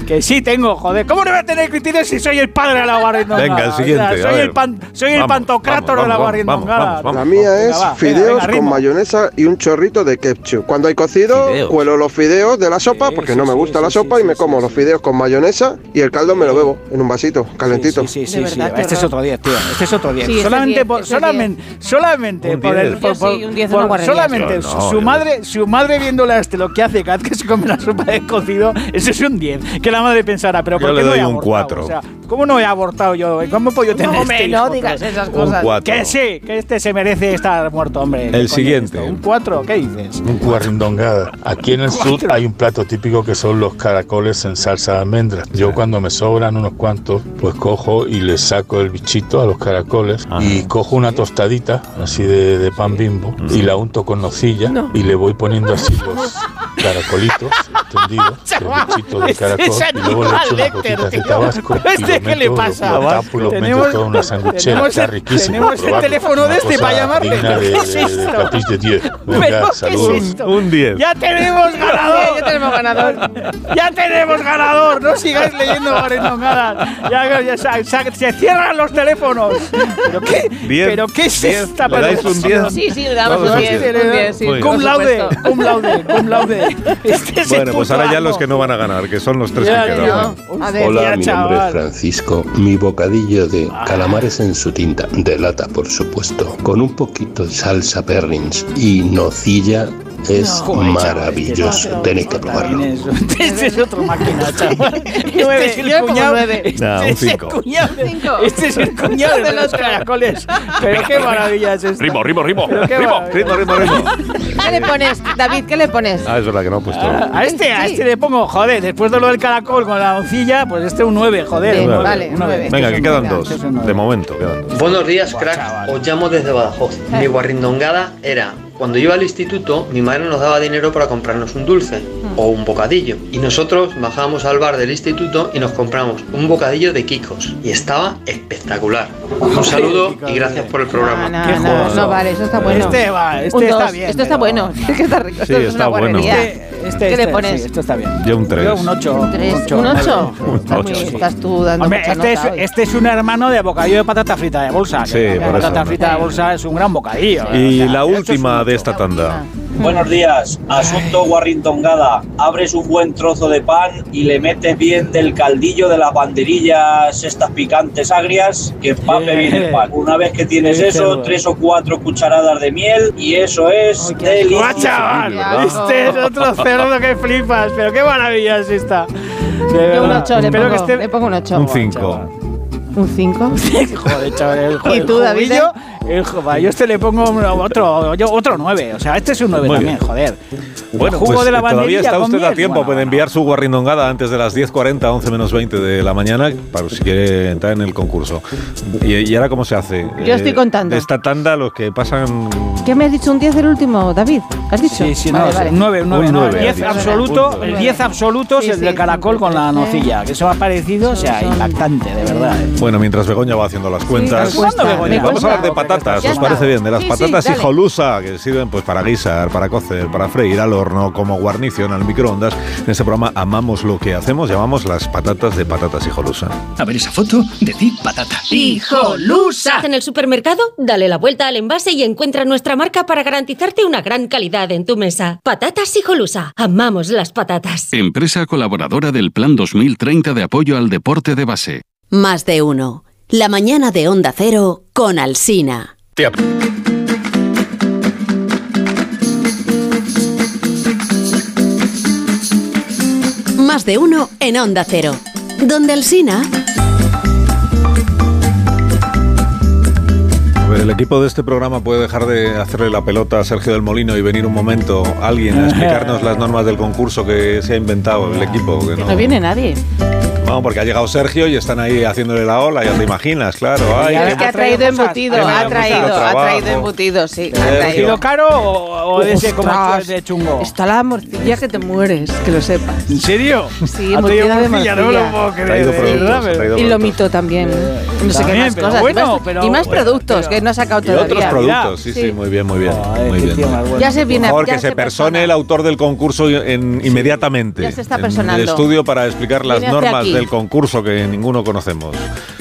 C: Que sí tengo, joder. ¿Cómo no voy a tener criterio si soy el padre de la guarrindongada?
A: Venga, el
C: O sea,
A: siguiente. a
C: soy
A: ver.
C: el, pan, soy el
A: Vamos,
C: pantocrátor
A: vamos,
C: de la
A: vamos,
C: guarrindongada.
A: vamos, vamos,
I: La
A: vamos.
I: mía es
C: Venga, va, venga,
I: fideos
C: venga,
I: con
C: ritmo.
I: mayonesa y un chorrito de ketchup. Cuando hay cocido,
J: Fideos.
I: cuelo los fideos de la sopa
C: Sí,
I: porque
C: sí,
I: no me
C: sí,
I: gusta la
C: sí,
I: sopa
C: sí,
I: y me
C: sí,
I: como
C: sí,
I: los
C: sí.
I: fideos con mayonesa y el caldo me lo bebo en un vasito calentito.
C: Sí, sí, sí,
B: De
C: sí,
B: verdad,
C: sí.
B: qué
C: Este es
B: horror.
C: otro 10, tío. Este es otro 10.
B: Sí, este
C: solamente
B: 10,
C: por,
B: este
C: solamente, solamente
A: Un
C: por
A: 10.
C: el por,
B: Yo
C: por-
B: sí, un 10 en una
C: por-
B: guardería.
C: solamente
A: Yo
C: su,
A: no,
C: su
A: yo no.
C: madre, su madre viéndole a este lo que hace cada vez que se come la sopa de cocido, eso es un 10. Que la madre pensará, pero
A: Yo
C: ¿por
A: le
C: qué no
A: doy
C: he
A: un
C: abortado?
A: cuatro.
C: O sea, ¿cómo no he abortado yo? ¿Cómo he podido tener
B: No,
C: este
B: hombre,
C: hijo?
B: no digas esas
A: Un
B: cosas.
A: cuatro.
C: Que sí, que este se merece estar muerto, hombre. ¿Qué coño es
A: siguiente.
C: esto? ¿Un cuatro? ¿Qué dices?
K: Un guarrindongada. Aquí en el sur
C: Cuatro.
K: hay un plato típico que son los caracoles en salsa de almendras. Yo cuando me sobran unos cuantos, pues cojo y le saco el bichito a los caracoles
A: Ajá.
K: y cojo una tostadita así de, de pan bimbo y la unto con nocilla y le voy poniendo así los caracolitos tendidos, los bichitos del
C: Este
K: caracol
C: es
K: y luego le echo
C: animal,
K: unas
C: Héctor,
K: gotitas de
C: tío.
K: tabasco y
C: ¿Este
K: lo
C: qué le
K: meto,
C: pasa?
K: lo tapo y lo meto
C: Tenemos-
K: todo en una sanguchera.
C: tenemos
K: Está
C: el-
K: riquísimo.
C: tenemos el
K: probadlo.
C: teléfono de
K: Una
C: este para
K: cosa
C: llamarle.
K: digna de-
C: ¿Qué es
K: de- de
C: esto?
K: platillos de 10.
C: ¿Pero qué
K: Venga,
C: es
K: saludos.
C: esto?
A: Un 10.
C: ¡Ya tenemos ganador!
B: Sí, ya tenemos ganador.
C: ¡Ya tenemos ganador! No sigáis leyendo guarendongadas. Ya, ya se, se- se cierran los teléfonos. ¿Pero qué,
A: Diez.
C: ¿pero qué es
A: Diez.
C: esta
A: ¿Le dais un diez?
C: perversión?
B: Sí, sí, le damos
A: Vamos
B: un
A: a
B: 10.
A: ver.
B: Un 10, sí.
A: Muy bien.
B: por
C: Cum laude,
B: supuesto.
C: cum laude, cum laude. Este es el
A: Bueno, pues ahora ya
C: puto
A: los
C: amo.
A: que no van a ganar, que son los tres
C: Ya,
A: que
C: ya,
A: quedaban.
B: A ver,
C: Hola, ya, mi nombre es chaval.
L: Francisco. Mi bocadillo de calamares en su tinta, de lata por supuesto, con un poquito de salsa perrins y nocilla es maravilloso. Tenéis que probarlo.
C: Este es otro máquina, chaval. Este
B: Nueve,
C: es
B: yo
C: el
B: como
C: cuñado.
B: nueve.
C: Este
A: Nah, un
C: es el
A: cinco.
C: cuñado. de-
B: Cinco.
C: Este es el cuñado de los caracoles. Pero qué maravilla es esto.
D: Rimo, rimo, rimo.
C: Pero qué
D: Rimo.
C: maravilla.
A: Ritmo, ritmo, ritmo.
B: ¿Qué le pones, David? ¿Qué le pones?
A: Ah, es verdad que no ha puesto.
C: A este, a
B: Sí.
C: este le pongo, joder, después de lo del caracol con la oncilla, pues este un 9, joder.
B: Bien,
C: un nueve,
B: vale,
C: un nueve.
B: nueve.
A: Venga,
C: Este
A: que
C: es un
A: quedan
C: nueve,
A: dos.
C: este es un nueve.
A: De momento, quedan dos.
L: Buenos días, crack. Os llamo desde Badajoz. Mi guarrindongada era, cuando iba al instituto, mi madre nos daba dinero para comprarnos un dulce
M: Hmm.
L: o un bocadillo. Y nosotros bajábamos al bar del instituto y nos compramos un bocadillo de Kikos. Y estaba espectacular. Un saludo y gracias por el programa.
B: Ah, No,
C: Qué
B: no, no,
C: juego.
B: no vale, eso está bueno.
C: Este va, este
B: Un
C: está
B: dos.
C: bien,
B: Esto está
C: pero-
B: bueno. Es que está rico. Esto es
A: está
B: una
A: bueno.
B: guarrería.
C: Este, este,
B: ¿Qué
C: este,
B: le pones?
C: sí, esto está bien.
A: Yo un tres.
C: Yo un 8.
B: Tres, un ocho.
A: Un
B: Estás muy-
A: ocho, sí.
B: Estás tú dando
C: Hombre,
B: mucha
C: este es,
B: nota hoy.
C: este es un hermano de bocadillo de patata frita de bolsa. que
A: Sí,
C: la
A: por
C: patata
A: eso.
C: frita de bolsa es un gran bocadillo. eh,
A: Y
C: o sea,
A: la
C: esto es un
A: última de
C: ocho.
A: esta tanda.
N: Buenos días, asunto guarrindongada. Abres un buen trozo de pan y le metes bien del caldillo de las banderillas, estas picantes agrias, que empape bien el pan. Una vez que tienes
C: Qué
N: eso,
C: cerdo.
N: tres o cuatro cucharadas de miel y eso es
C: ¡Guau,
N: delicioso.
C: chaval!
B: ¿verdad?
C: Este es otro cerdo que flipas, pero qué maravilla es esta. De
B: Yo un
C: verdad.
B: 8 le
C: Eh, Espero
B: pongo.
C: que este esté-
B: Le pongo un 8.
A: Un 5.
B: ¿Un 5?
C: Joder, chaval, el, jo-
B: ¿Y
C: el
B: tú, David? eh?
C: jubillo, el jo- va, yo este le pongo un- otro, yo, otro 9. O sea, este es un 9
A: Muy
C: también,
A: bien.
C: joder.
A: Bueno,
C: El jugo
A: pues
C: de la
A: todavía
C: banderilla
A: está
C: con
A: usted a
C: miel.
A: tiempo.
C: Bueno,
A: puede enviar su guarrindongada antes de las 10.40, 11 menos 20 de la mañana, para si quiere entrar en el concurso. ¿Y, y ahora cómo se hace? Eh,
B: Yo estoy contando.
A: De esta tanda, los que pasan.
B: ¿Qué me has dicho? ¿Un 10 del último, David? ¿Has dicho?
C: Sí, sí,
B: Vale,
C: no,
B: vale.
C: 9,
A: Un
C: 9,
A: nueve,
C: El 10
A: dice.
C: absoluto,
A: Punto.
C: el 10 absoluto
B: Sí,
C: es el
B: sí,
C: del
B: sí,
C: caracol
B: sí,
C: con la
B: sí.
C: nocilla, que eso me ha parecido, o sea,
B: Son-
C: impactante, de verdad. ¿eh?
A: Bueno, mientras Begoña va haciendo las cuentas.
B: me cuesta,
A: Vamos
B: me
A: a hablar de
B: cuesta.
A: patatas,
B: Ya
A: ¿os
B: está.
A: parece bien? De las
B: Sí, sí,
A: patatas
B: dale.
A: hijolusa, que sirven pues para guisar, para cocer, para freír al horno, como guarnición al microondas. En este programa amamos lo que hacemos, llamamos las patatas de patatas hijolusa.
N: A ver esa foto, decir patata.
H: ¡Hijolusa! En el supermercado, dale la vuelta al envase y encuentra nuestra marca para garantizarte una gran calidad en tu mesa. Patatas Hijolusa. Amamos las patatas.
N: Empresa colaboradora del Plan 2030 de apoyo al deporte de base.
O: Más de uno. La mañana de Onda Cero con Alsina. Más de uno en Onda Cero. Donde Alsina.
A: A ver, el equipo de este programa puede dejar de hacerle la pelota a Sergio del Molino y venir un momento alguien a explicarnos las normas del concurso que se ha inventado el equipo. Que no,
B: No viene
C: Eh,
B: nadie.
A: Vamos, porque ha llegado Sergio y están ahí haciéndole la ola, ya te imaginas, claro. Ay,
C: Ya
B: Es
A: qué-
B: que ha traído
C: traído cosas,
B: embutido,
C: ha
B: ha
C: traído Eh,
B: traído,
A: mucho
B: ha traído
A: trabajo.
B: embutido, sí. ha
A: Sergio.
B: traído.
C: ¿Estilo caro o, o de ese como
B: Ostras,
C: de chungo?
B: Está la morcilla que te mueres, que lo sepas.
C: ¿En serio?
B: Sí,
C: Ha traído
B: embutida de
C: morcilla, no me lo
B: morcilla.
C: puedo
A: Ha
C: creer.
A: traído
C: de
A: productos,
C: verdad,
A: ha
C: pero-
A: traído
B: Y
A: productos.
B: lomito también. No sé qué
C: También,
B: más
C: pero
B: cosas.
C: bueno,
B: y más,
C: pero
B: y más
C: bueno,
B: productos
C: pero-
B: que no ha sacado
A: Y otros
B: todavía.
A: productos, sí, sí,
B: Sí.
A: muy bien, muy bien.
C: Joder,
A: muy
C: qué
A: bien.
C: tío más bueno.
B: Ya se viene
A: Por favor,
B: ya
A: que se, persone
B: persona.
A: el autor del concurso en- inmediatamente.
B: ya se está
A: en
B: personando.
A: el estudio para explicar las
B: Viene hacia
A: normas
B: aquí.
A: del concurso que ninguno conocemos.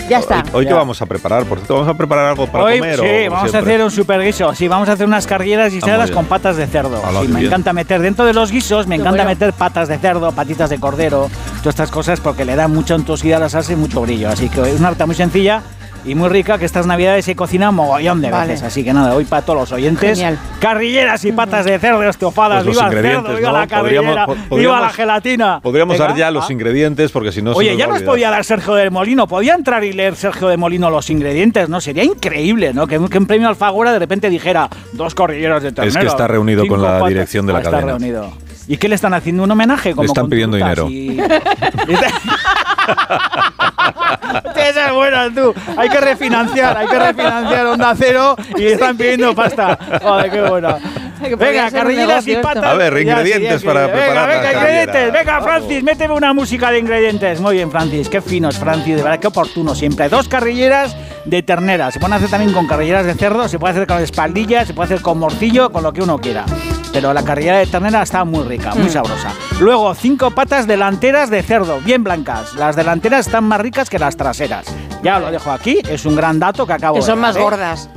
B: Ya está.
A: Hoy, hoy que
C: Ya.
A: vamos a preparar, por cierto, vamos a preparar algo para
C: Hoy,
A: comer. o
C: sí, vamos a
A: siempre? Ah,
C: hacer un super guiso. Sí, vamos a hacer unas cargueras guisadas
A: muy
C: con
A: bien.
C: patas de cerdo.
A: A la
C: Sí, me
A: bien.
C: encanta meter dentro de los guisos, me
B: Qué
C: encanta
B: bueno.
C: meter patas de cerdo, patitas de cordero, todas estas cosas porque le dan mucha untuosidad a la salsa y mucho brillo. Así que es una harta muy sencilla. y muy rica que estas navidades se cocina mogollón de veces. Así que nada, hoy para todos los oyentes.
B: Genial.
C: Carrilleras y patas de cerdo estofadas.
A: Pues los
C: viva el cerdo,
A: ingredientes,
C: viva
A: ¿no?
C: la
A: Podríamos-
C: carrillera,
A: po-
C: viva la
A: podríamos-
C: gelatina.
A: Podríamos
C: Venga. Ah.
A: dar ya los ingredientes porque si no se
C: Oye,
A: nos va
C: ya
A: a
C: nos
A: olvidar.
C: podía dar Sergio del Molino, podía entrar y leer Sergio del Molino los ingredientes, ¿no? Sería increíble, ¿no? Que, un- que un premio Alfagora de repente dijera dos cordilleras de ternero.
A: Es que está reunido
C: cinco
A: con la
C: patas-
A: dirección de
C: Ah,
A: la
C: está
A: cadena.
C: reunido. ¿Y qué le están haciendo? ¿Un homenaje? Como
A: Le están
C: con
A: pidiendo
C: frutas
A: dinero.
C: y- Esa es buena, tú. Hay que refinanciar, hay que refinanciar Onda Cero y están pidiendo pasta. Joder, qué buena. Venga, carrilleras y patas.
A: A ver,
C: Ya,
A: ingredientes
C: sí, ya,
A: para
C: sí, ya.
A: preparar
C: Venga,
A: la
C: venga,
A: carrillera.
C: ingredientes. Venga, Francis, méteme una música de ingredientes. Muy bien, Francis. Qué finos, Francis. De verdad, qué oportuno siempre. Dos carrilleras de ternera. Se pueden hacer también con carrilleras de cerdo, se puede hacer con espaldillas, se puede hacer con morcillo, con lo que uno quiera. Pero la carrillera de ternera está muy rica, muy
P: Mm.
C: sabrosa. Luego, cinco patas delanteras de cerdo, bien blancas. Las delanteras están más ricas que las traseras. Ya lo dejo aquí, es un gran dato que acabo
B: Que
C: de
B: son más
C: dar, ¿eh?
B: gordas.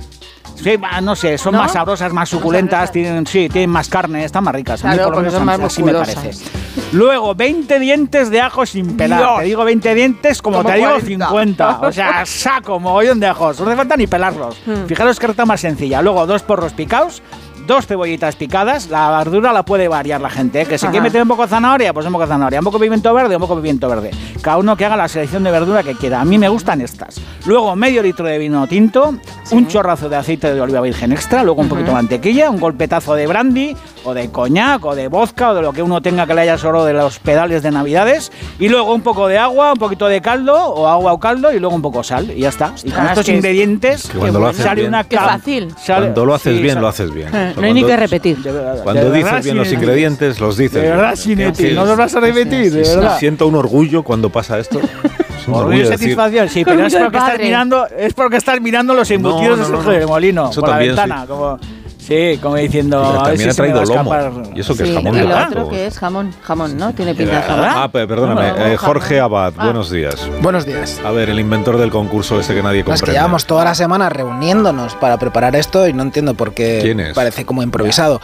C: Sí, ma- no sé, son
B: ¿No?
C: más sabrosas, más suculentas, tienen, sí, tienen más carne, están más ricas. A mí
B: Claro,
C: por lo
B: porque son
C: menos
B: más
C: así me
B: musculosas.
C: parece. Luego, 20 dientes de ajo sin pelar.
B: Dios.
C: Te digo 20 dientes como,
B: Como
C: te digo
B: 40.
C: 50. O sea, saco mogollón de ajos. No hace falta ni pelarlos.
B: Mm.
C: Fijaros que receta más sencilla. Luego, dos porros picados. Dos cebollitas picadas, la verdura la puede variar la gente. ¿eh? Que si
B: Ajá.
C: quiere meter un poco de zanahoria, pues un poco de zanahoria. Un poco de pimiento verde, un poco de pimiento verde. Cada uno que haga la selección de verdura que quiera. A mí me gustan estas. Luego, medio litro de vino tinto, un chorrazo de aceite de oliva virgen extra, luego un poquito de
B: Ujú.
C: mantequilla, un golpetazo de brandy o de coñac o de vodka o de lo que uno tenga que le haya sobrado de los pedales de navidades y luego un poco de agua, un poquito de caldo o agua o caldo y luego un poco sal y ya está. Y con
B: Ostras,
C: estos
B: que es-
C: ingredientes
A: Que cuando lo haces
C: sale
A: bien-
C: una
B: Qué
C: ca-
B: fácil.
C: sale-
A: Cuando lo haces
C: sí,
A: bien,
C: sal-
A: lo haces bien.
B: Eh,
A: O sea,
B: No hay ni
A: cuando-
B: que repetir.
A: Cuando
C: de verdad,
A: dices bien los
C: sí, sí.
A: ingredientes, los dices.
C: De
A: bien.
C: verdad, Sinetti,
A: Sí,
C: no lo vas a repetir, de
A: sí, sí.
C: verdad.
A: Siento un orgullo cuando pasa esto. Es un
C: Orgullo y
A: orgullo decir,
C: satisfacción, sí, pero
B: Orgullo
C: es
B: del
C: porque, estás
B: padre.
C: mirando, es porque estás mirando los embutidos
A: No, no,
C: de
A: no,
C: Sergio
A: no.
C: del Molino
A: Eso
C: por la
A: también, sí.
C: ventana. Como, sí, como diciendo,
A: Pero
C: a ver
A: Pues también
C: si
A: ha
C: se me va a
A: traído lomo.
C: escapar.
A: Y eso que es
B: Sí,
A: jamón
B: y
A: de
B: lo
A: gato.
B: otro que es jamón, jamón, ¿no? Tiene pinta de jamón.
A: Ah, pe- perdóname.
B: No, Ah. no,
A: eh,
B: no,
A: Jorge Abad, buenos días.
M: Buenos días.
A: A ver, el inventor del concurso este que nadie
M: No, es que
A: comprende.
M: llevamos toda la semana reuniéndonos para preparar esto y no entiendo por qué
A: ¿Quién es?
M: parece como improvisado.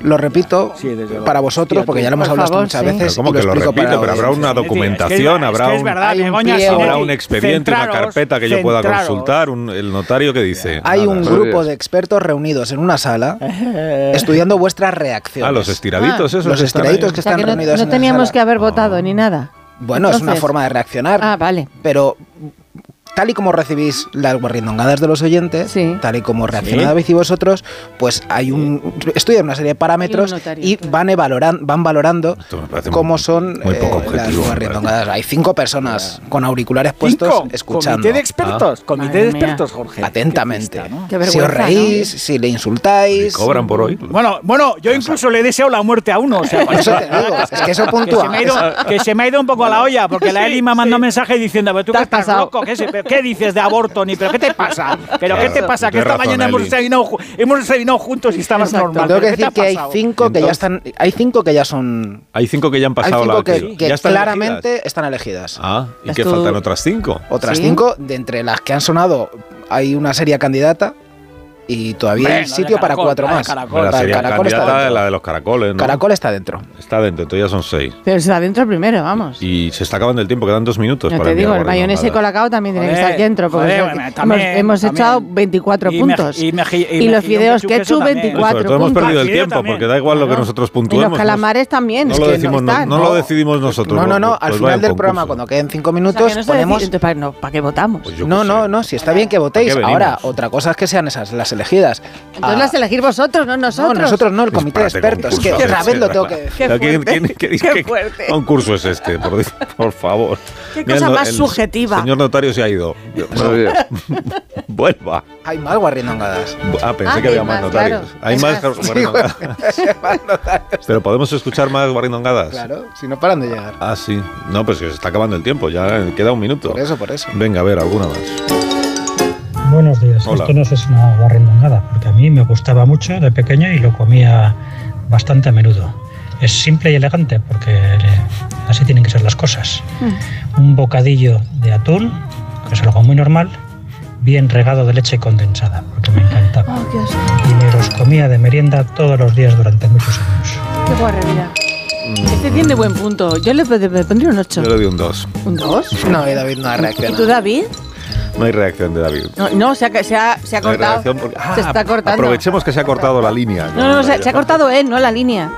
M: Lo repito para vosotros, porque ya lo hemos
A: Por
M: hablado
A: favor,
M: muchas
A: sí.
M: veces.
A: Pero ¿cómo
M: y
A: que lo
M: explico
A: repito?
M: para
A: Pero habrá
M: vosotros.
A: una documentación, habrá un-
M: Hay un pliego.
A: Habrá un expediente, una carpeta que yo pueda consultar, un- el notario que dice.
M: Hay
A: nada. Ah,
M: un grupo de expertos reunidos en una sala estudiando vuestras reacciones.
A: Ah, los estiraditos esos
M: Los
A: que están
M: estiraditos
A: ahí.
M: que
B: O sea,
M: están
B: que no,
M: reunidos
B: no
M: en una
B: teníamos
M: sala.
B: que haber votado ni nada.
M: Bueno, es una
B: Entonces-
M: forma de reaccionar.
B: Ah, vale.
M: Pero tal y como recibís las guarrindongadas de los oyentes, tal y como reaccionabais y vosotros, pues hay un estudian una serie de parámetros
B: Hay un notario,
M: y van, valoran, van valorando cómo son
A: muy poco
M: eh, las
A: objetivo, me
M: guarrindongadas. Hay cinco personas con auriculares puestos
C: Cinco.
M: escuchando.
C: Comité de expertos, Ah. comité
M: Madre
C: de
M: mía.
C: expertos, Jorge.
M: Atentamente.
C: Qué
M: Si
C: vergüenza,
M: os reís, si le insultáis.
A: cobran por hoy.
C: Bueno, bueno, yo incluso le he deseado la muerte a uno. O sea,
M: Por eso te digo, es que eso
C: Que se,
M: puntúa.
C: me ha ido, que se me ha ido un poco a la olla, porque la Eli me ha mandado un mensaje diciendo, pero tú qué estás loco, ¿Qué, se- pero qué dices de aborto, ni pero qué te pasa, pero qué
M: Claro,
C: te pasa, que
M: tienes
C: esta
M: razón,
C: mañana hemos
M: Eli.
C: desayunado, ju- hemos desayunado juntos y estabas
M: Tengo que
C: normal. ¿pero qué te
M: decir
C: ha
M: que hay
C: pasado?
M: cinco que ya están, hay cinco que ya son,
A: Hay cinco que ya han
M: hay
A: pasado
M: cinco
A: la
M: que, que
A: ¿Ya están
M: claramente
A: elegidas?
M: están elegidas.
A: Ah, ¿y
M: Las
A: que
M: tú-
A: faltan otras cinco?
M: Otras cinco, de entre las que han sonado, hay una seria candidata y todavía
A: Hombre,
M: hay
A: la de
M: sitio para
A: Caracol,
M: cuatro
A: la de
M: más.
A: Caracol. Hombre, la serie
M: está
A: candidata,
M: dentro.
A: la de los caracoles, ¿no?
M: Caracol está dentro.
A: Está dentro, entonces ya son seis.
B: Pero está dentro primero, vamos.
A: Y se está acabando el tiempo, quedan dos minutos.
B: No
A: Pues para
B: te
A: enviar
B: digo, el
A: guardia
B: mayonesa y
A: nombrada.
B: colacao también tiene que
A: Joder,
B: estar dentro, porque
A: joder,
B: es que
A: bueno,
B: hemos-
A: también,
B: hemos,
A: también.
B: echado 24
C: Y meji-
B: puntos.
C: y meji- y
B: Y los
C: mejillón
B: fideos
C: pechuga, eso
B: ketchup,
C: también.
B: 24
A: Sobre todo hemos
B: puntos.
A: perdido el tiempo, porque da igual lo que nosotros
B: Y los
A: puntuemos. pues
B: calamares también.
A: no,
B: es
A: lo
B: que
A: decimos, no,
B: están.
A: no lo decidimos nosotros.
M: No, no, no.
A: pues
M: Al
A: vaya
M: final
A: el
M: del
A: concurso.
M: programa, cuando queden cinco
B: O sea,
M: minutos,
B: que no se decide,
M: ponemos.
B: entonces, ¿para, no, ¿para qué votamos?
A: Pues
M: No, no, no. Si está bien que votéis.
A: venimos?
M: Ahora, otra cosa es que sean esas las elegidas.
A: ah.
B: Entonces las elegir vosotros, no nosotros.
M: No, nosotros no, el comité de expertos.
A: concurso,
M: Que
A: sí,
M: otra
A: sí,
M: vez lo
A: sí,
M: tengo
A: sí.
M: que
B: Qué
A: Pero ¿quién-
B: fuerte,
A: quién- qué-
B: qué
A: qué
B: fuerte.
A: concurso es este? Por, di- por favor.
B: Qué
A: Mira,
B: cosa
A: el no-
B: más
A: el
B: subjetiva.
A: Señor notario se ha ido. Vuelva.
M: Hay más guarrindongadas.
A: Ah, pensé
M: Ah,
A: que
M: hay
A: había más
M: más,
A: notarios.
M: claro.
A: Hay
M: Es
A: más
M: más. Sí,
A: guarrindongadas. Pero podemos escuchar más guarrindongadas.
M: Claro, si no paran de llegar.
A: Ah, sí. No, pues que se está acabando el tiempo. Ya queda un minuto. Por
M: eso, por eso.
A: Venga, a ver, alguna más.
F: Buenos días.
A: Hola.
F: Esto no es una guarrindongada, porque a mí me gustaba mucho de pequeño y lo comía bastante a menudo. Es simple y elegante, porque así tienen que ser las cosas.
E: Mm.
F: Un bocadillo de atún, que es algo muy normal, bien regado de leche condensada, porque me encantaba. Y me los comía de merienda todos los días durante muchos años.
B: Qué guarre, mira. Este tiene buen punto. Yo le, pondré- le pondría un 8.
A: Mm. Yo le doy un 2.
B: ¿Un 2?
M: No, y David no ha
B: ¿Y
M: reaccionado.
B: tú, David?
A: No hay reacción de David.
B: No, no, se, ha, se, ha, se ha
A: No hay
B: cortado.
A: reacción porque-
B: se
A: Ah,
B: está cortando.
A: Aprovechemos que se ha cortado la línea.
B: No, no, no, se, se ha cortado él, no la línea.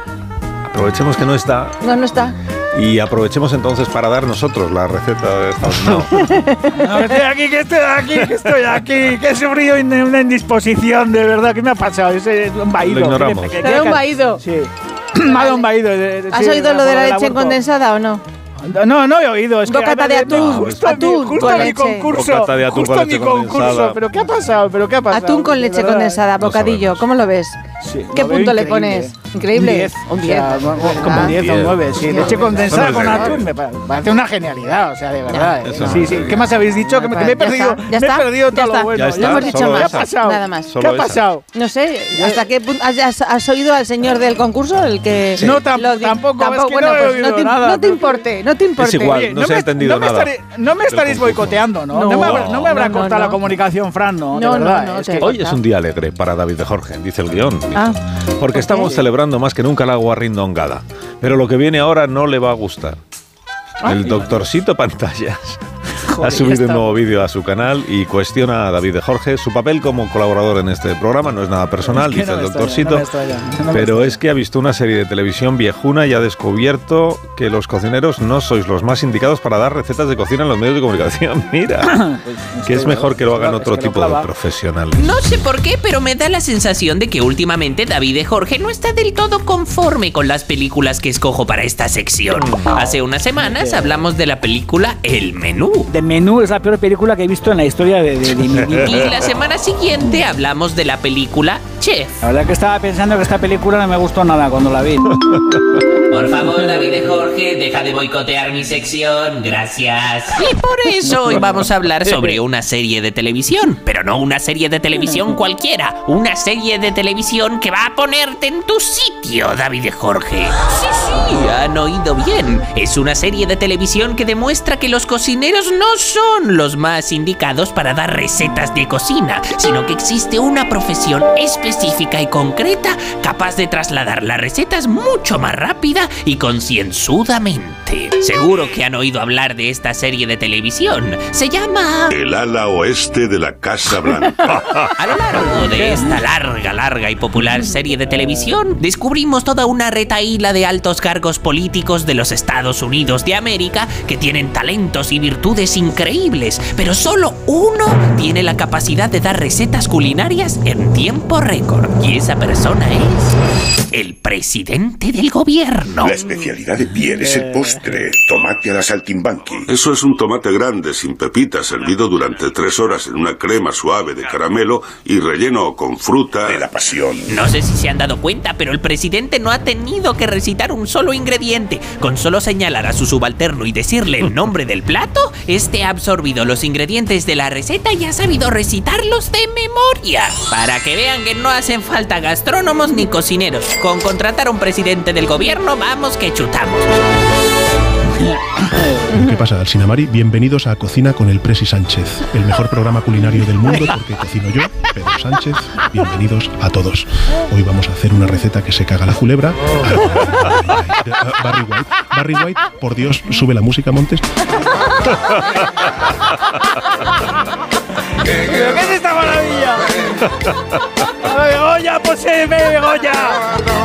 A: Aprovechemos que no está
B: No, no está.
A: y aprovechemos entonces para dar nosotros la receta de esta no.
C: No, que estoy aquí, que estoy aquí, que estoy aquí, que he sufrido in- una indisposición, de verdad. ¿Qué me ha pasado? Es eh, un
A: Lo
C: vaído.
A: ignoramos.
B: Era un vaído.
C: Sí. Malo un vaído. de- de-
B: ¿Has
C: sí,
B: oído lo de la leche
C: aborto.
B: condensada o no?
C: No, no he oído. Es que
B: Bocata
C: además
B: de
C: no,
B: atún,
C: justo a mi-
B: atún
C: Justo
B: con
C: a mi
B: leche.
C: concurso.
A: Bocata de atún
C: justo
A: con
C: a mi
A: leche
C: concurso.
A: condensada.
C: ¿Pero qué ha pasado? ¿Pero qué ha pasado?
B: Atún con
C: De
B: leche
C: verdad.
B: condensada, bocadillo. ¿Cómo lo ves? ¿Qué
C: Lo veo
B: punto le
C: increíble.
B: pones? Increíble.
C: Un 10. o sea,
B: ¿verdad?
C: como un 10 o un 9. Sí,
B: Un
C: leche
B: diez.
C: condensada
B: Eso no
C: con
B: es de
C: atún. Me pa- parece una genialidad, o sea, de verdad. ¿eh?
A: Eso no
C: Sí,
A: es
C: sí.
A: de
C: ¿Qué más habéis dicho? Que me, que me he
B: Ya
C: perdido.
B: está,
C: me
B: ya
C: he
B: está,
C: perdido
B: ya
C: todo lo
B: está.
C: bueno.
A: Ya está,
B: No hemos dicho
A: solo
B: más.
A: esa.
B: Nada más.
A: Solo
C: ¿Qué ha
A: esa.
C: pasado?
B: No sé, ¿hasta qué punto has, has- has oído al señor del concurso? El que
C: Sí. No, tam-
B: lo di-
C: tampoco, es que
B: bueno,
C: no he
B: pues
C: oído
B: no te,
C: nada,
B: no te importe, no te importe.
A: igual, no se ha
C: me-
A: entendido
C: no me
A: nada
C: estaré- no me
A: del
C: estaréis
A: concurso.
C: boicoteando, ¿no?
A: No.
C: No, me, habrá- no me habrá
B: No, no,
C: cortado
B: no.
C: la comunicación, Fran, ¿no?
B: No,
C: de
B: no,
C: verdad.
B: no,
C: es
B: te-
C: que-
A: Hoy es un día alegre para David de Jorge, dice el guión.
B: Ah,
A: Porque estamos celebrando más que nunca la guarrindongada. Pero lo que viene ahora no le va a gustar. El doctorcito Pantallas
C: Ah, Joder,
A: ha subido
C: ya
A: un nuevo vídeo a su canal y cuestiona a David de Jorge. Su papel como colaborador en este programa no es nada personal,
C: es que
A: dice
C: no
A: el
C: me extraña,
A: doctorcito.
C: no me extraña, no me
A: Pero es que ha visto una serie de televisión viejuna y ha descubierto que los cocineros no sois los más indicados para dar recetas de cocina en los medios de comunicación. Mira,
C: Pues,
A: que es mejor que lo hagan otro tipo de profesionales.
P: No sé por qué, pero me da la sensación de que últimamente David de Jorge no está del todo conforme con las películas que escojo para esta sección. Hace unas semanas hablamos de la película El Menú.
C: The Menú es la peor película que he visto en la historia de, de, de mi vida.
P: Y la semana siguiente hablamos de la película Chef.
C: La verdad que estaba pensando que esta película no me gustó nada cuando la vi.
P: Por favor, David de Jorge, deja de boicotear mi sección. Gracias. Y por eso hoy vamos a hablar sobre una serie de televisión. Pero no una serie de televisión cualquiera. Una serie de televisión que va a ponerte en tu sitio, David de Jorge. Sí, sí, han oído bien. Es una serie de televisión que demuestra que los cocineros no son los más indicados para dar recetas de cocina, sino que existe una profesión específica y concreta capaz de trasladar las recetas mucho más rápida y concienzudamente. Seguro que han oído hablar de esta serie de televisión. Se llama...
Q: El ala oeste de la Casa Blanca.
P: A lo largo de esta larga, larga y popular serie de televisión, descubrimos toda una retaíla de altos cargos políticos de los Estados Unidos de América que tienen talentos y virtudes increíbles, pero solo uno tiene la capacidad de dar recetas culinarias en tiempo récord. Y esa persona es el presidente del gobierno.
Q: La especialidad de Pierre
C: Eh,
Q: es el postre. Tomate a la saltimbanqui. Eso es un tomate grande sin pepitas, servido durante tres horas en una crema suave de caramelo y relleno con fruta de la pasión.
P: No sé si se han dado cuenta, pero el presidente no ha tenido que recitar un solo ingrediente. Con solo señalar a su subalterno y decirle el nombre del plato, este ha absorbido los ingredientes de la receta y ha sabido recitarlos de memoria. Para que vean que no hacen falta gastrónomos ni cocineros. Con contratar a un presidente del gobierno, vamos que chutamos.
R: ¿Qué pasa, Dalsinamari? Bienvenidos a Cocina con el Presi Sánchez, el mejor programa culinario del mundo porque cocino yo, Pedro Sánchez. Bienvenidos a todos. Hoy vamos a hacer una receta que se caga la culebra. Barry White, Barry White, por Dios, sube la música, Montes.
C: ¿Pero qué es esta maravilla? ¡A Begoña, poseeme, Begoña!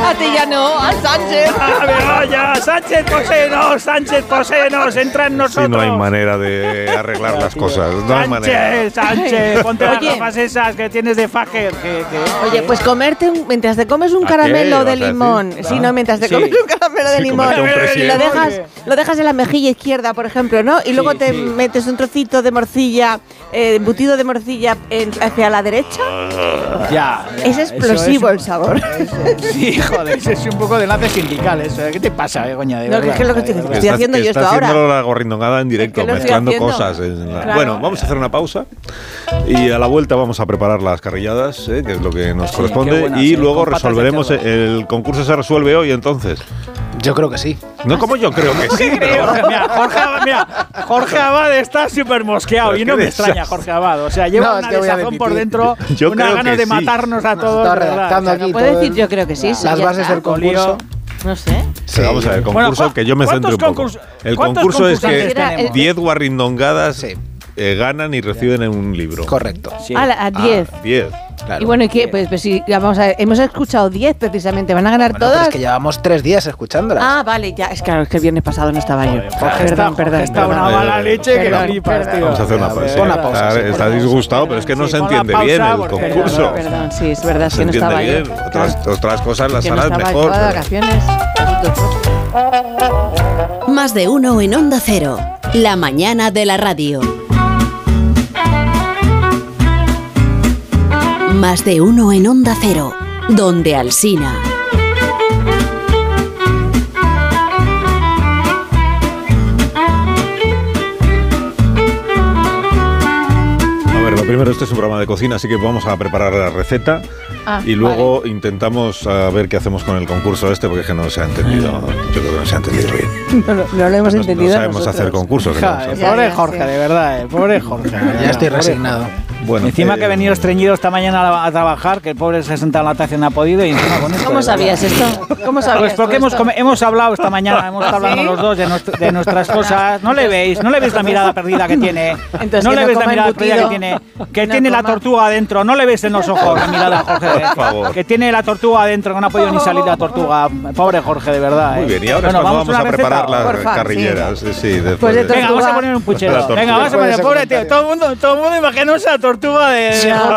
B: A ti ya no, a Sánchez.
C: ¡A Begoña! ¡Sánchez, poséenos! ¡Sánchez, poséenos! ¡Entra en
A: Si no hay
C: nosotros!
A: manera de arreglar las cosas. No hay manera.
C: ¡Sánchez, Sánchez! Ponte las
B: Oye.
C: gafas esas que tienes de Fager. que- que-
B: Oye, pues comerte un- mientras te comes un
C: ¿A qué
B: caramelo
C: vas a
B: de
C: decir?
B: limón.
C: Claro.
B: Sí, no, mientras te
C: ¿Ah? Sí.
B: comes un caramelo de
C: Sí,
B: limón.
C: comerte un
B: Y
C: presidente.
B: lo dejas, lo dejas en la mejilla izquierda, por ejemplo, ¿no? Y luego te metes un trocito de morcilla, eh, embutido de morcilla en- hacia la derecha.
C: Ya.
B: es
C: ya,
B: explosivo
C: eso
B: el sabor.
C: es- sí, joder, ese es un poco de enlace sindical eso. ¿eh? ¿Qué te pasa, Begoña? De
B: No, que es que lo que estoy-
A: Que está-
B: haciendo
A: que
B: yo
A: está
B: esto ahora.
A: haciéndolo la gorrindongada en directo,
B: Es que lo estoy
A: mezclando
B: haciendo.
A: cosas. en la-
B: Claro.
A: Bueno, vamos a hacer una pausa y a la vuelta vamos a preparar las carrilladas, ¿eh? que es lo que nos corresponde,
M: qué buenas,
A: y
M: sí,
A: luego
M: con patas de
A: resolveremos. El concurso se resuelve hoy, entonces.
M: Yo creo que sí.
A: No como yo creo que sí, pero
C: Jorge, mira, Jorge, Abad- mira, Jorge Abad está súper mosqueado
A: Pero
C: y
A: qué
C: no me
A: desastre.
C: extraña Jorge Abad. O sea, lleva
M: No, es
C: una
M: que voy a
C: desazón por
M: dimitir.
C: dentro,
M: Yo
C: una
M: creo
C: ganas
M: que
C: de
M: sí.
C: matarnos a todos.
M: está
C: de verdad.
M: redactando
C: O sea, no
M: aquí
C: puede
M: todo
C: decir
M: el-
C: yo creo que sí, sí,
M: Las
C: ya
M: bases
C: está.
M: del concurso.
B: No sé.
A: Pero vamos a ver, el
C: Bueno,
A: concurso,
C: ¿cuán-
A: que yo me centre
C: cuántos
A: un poco.
C: concursos-
A: El
C: cuántos
A: concurso es
C: concursantes
A: que
C: tenemos?
A: 10 guarrindongadas eh, ganan y reciben en un libro. Ah,
M: Correcto.
B: A la-
M: Ah,
B: a 10.
A: 10. Claro.
B: Y bueno, ¿y qué? Pues, pues sí, ya vamos a ver. Hemos escuchado 10 precisamente. ¿Van a ganar
M: Bueno, pero
B: todas?
M: es que llevamos tres días escuchándolas.
B: Ah, vale, ya. Es que, claro, es que el viernes pasado no estaba yo.
M: Jorge,
B: perdón,
M: está-
B: perdón.
M: está
B: perdón.
M: una mala
C: leche que
B: Perdón,
C: flipas,
B: perdón.
C: tío.
A: Vamos a hacer una pausa.
C: Pon la
A: Está-
C: pausa, sí,
A: Está,
C: pon la pausa.
A: disgustado, pero es que no
C: Sí,
A: se
C: pon la
A: entiende
C: pausa,
A: bien el
C: porque-
A: concurso.
B: Perdón, perdón, sí, es verdad,
A: No
B: es
A: se
B: que no
A: entiende
B: estaba
A: bien.
B: yo.
A: Otras, otras cosas las
B: que no
A: harás
B: estaba yo
A: mejor.
B: de
A: pero-
B: vacaciones.
O: Más de uno en Onda Cero. La mañana de la radio. Más de uno en Onda Cero. Donde Alsina.
A: A ver, lo primero, este es un programa de cocina, así que vamos a preparar la receta
B: Ah,
A: y luego intentamos a ver qué hacemos con el concurso este, porque es que no se ha entendido. Yo creo que no se ha entendido bien.
B: No, lo-
A: No- no
B: no lo hemos Ah. Pues entendido.
A: sabemos
B: nosotros.
A: hacer concursos. que no
C: Joder,
A: sabemos.
C: pobre Jorge, de verdad, eh, pobre Jorge.
M: Ya estoy resignado.
A: Bueno,
C: Encima
A: eh,
C: que he venido estreñido esta mañana a, a trabajar, que el pobre se ha sentado en la taza y no ha podido. Y encima con esto,
B: ¿Cómo
C: de
B: sabías
C: verdad.
B: esto? ¿Cómo sabías
C: Pues porque
B: tú
C: hemos,
B: esto? ¿Ah,
C: come- hemos hablado esta mañana, hemos estado hablando los dos de, nuestro- de nuestras cosas. No le veis, no le veis la mirada perdida que tiene.
B: Entonces,
C: no
B: que
C: le
B: no
C: veis la
B: coma
C: mirada
B: embutido.
C: perdida que tiene. Que
B: No
C: tiene la
B: coma.
C: tortuga adentro, no le veis en los ojos la mirada a Jorge.
A: Por
C: de-
A: favor.
C: Que tiene la tortuga adentro, que no ha podido ni salir la tortuga. Pobre Jorge, de verdad.
A: Muy
C: eh.
A: bien, y ahora
C: Bueno,
A: es cuando vamos,
C: una
A: a
C: receta?
A: preparar las
C: Porfa, sí.
A: carrilleras. eh, Sí, sí, después
C: Pues de
A: de-
C: Venga, vamos a poner un
A: La
C: puchero.
A: tortuga.
C: Venga, vamos a poner, pobre tío. Todo el mundo, todo el mundo imaginosa la tortuga de. de-
A: No,
C: todo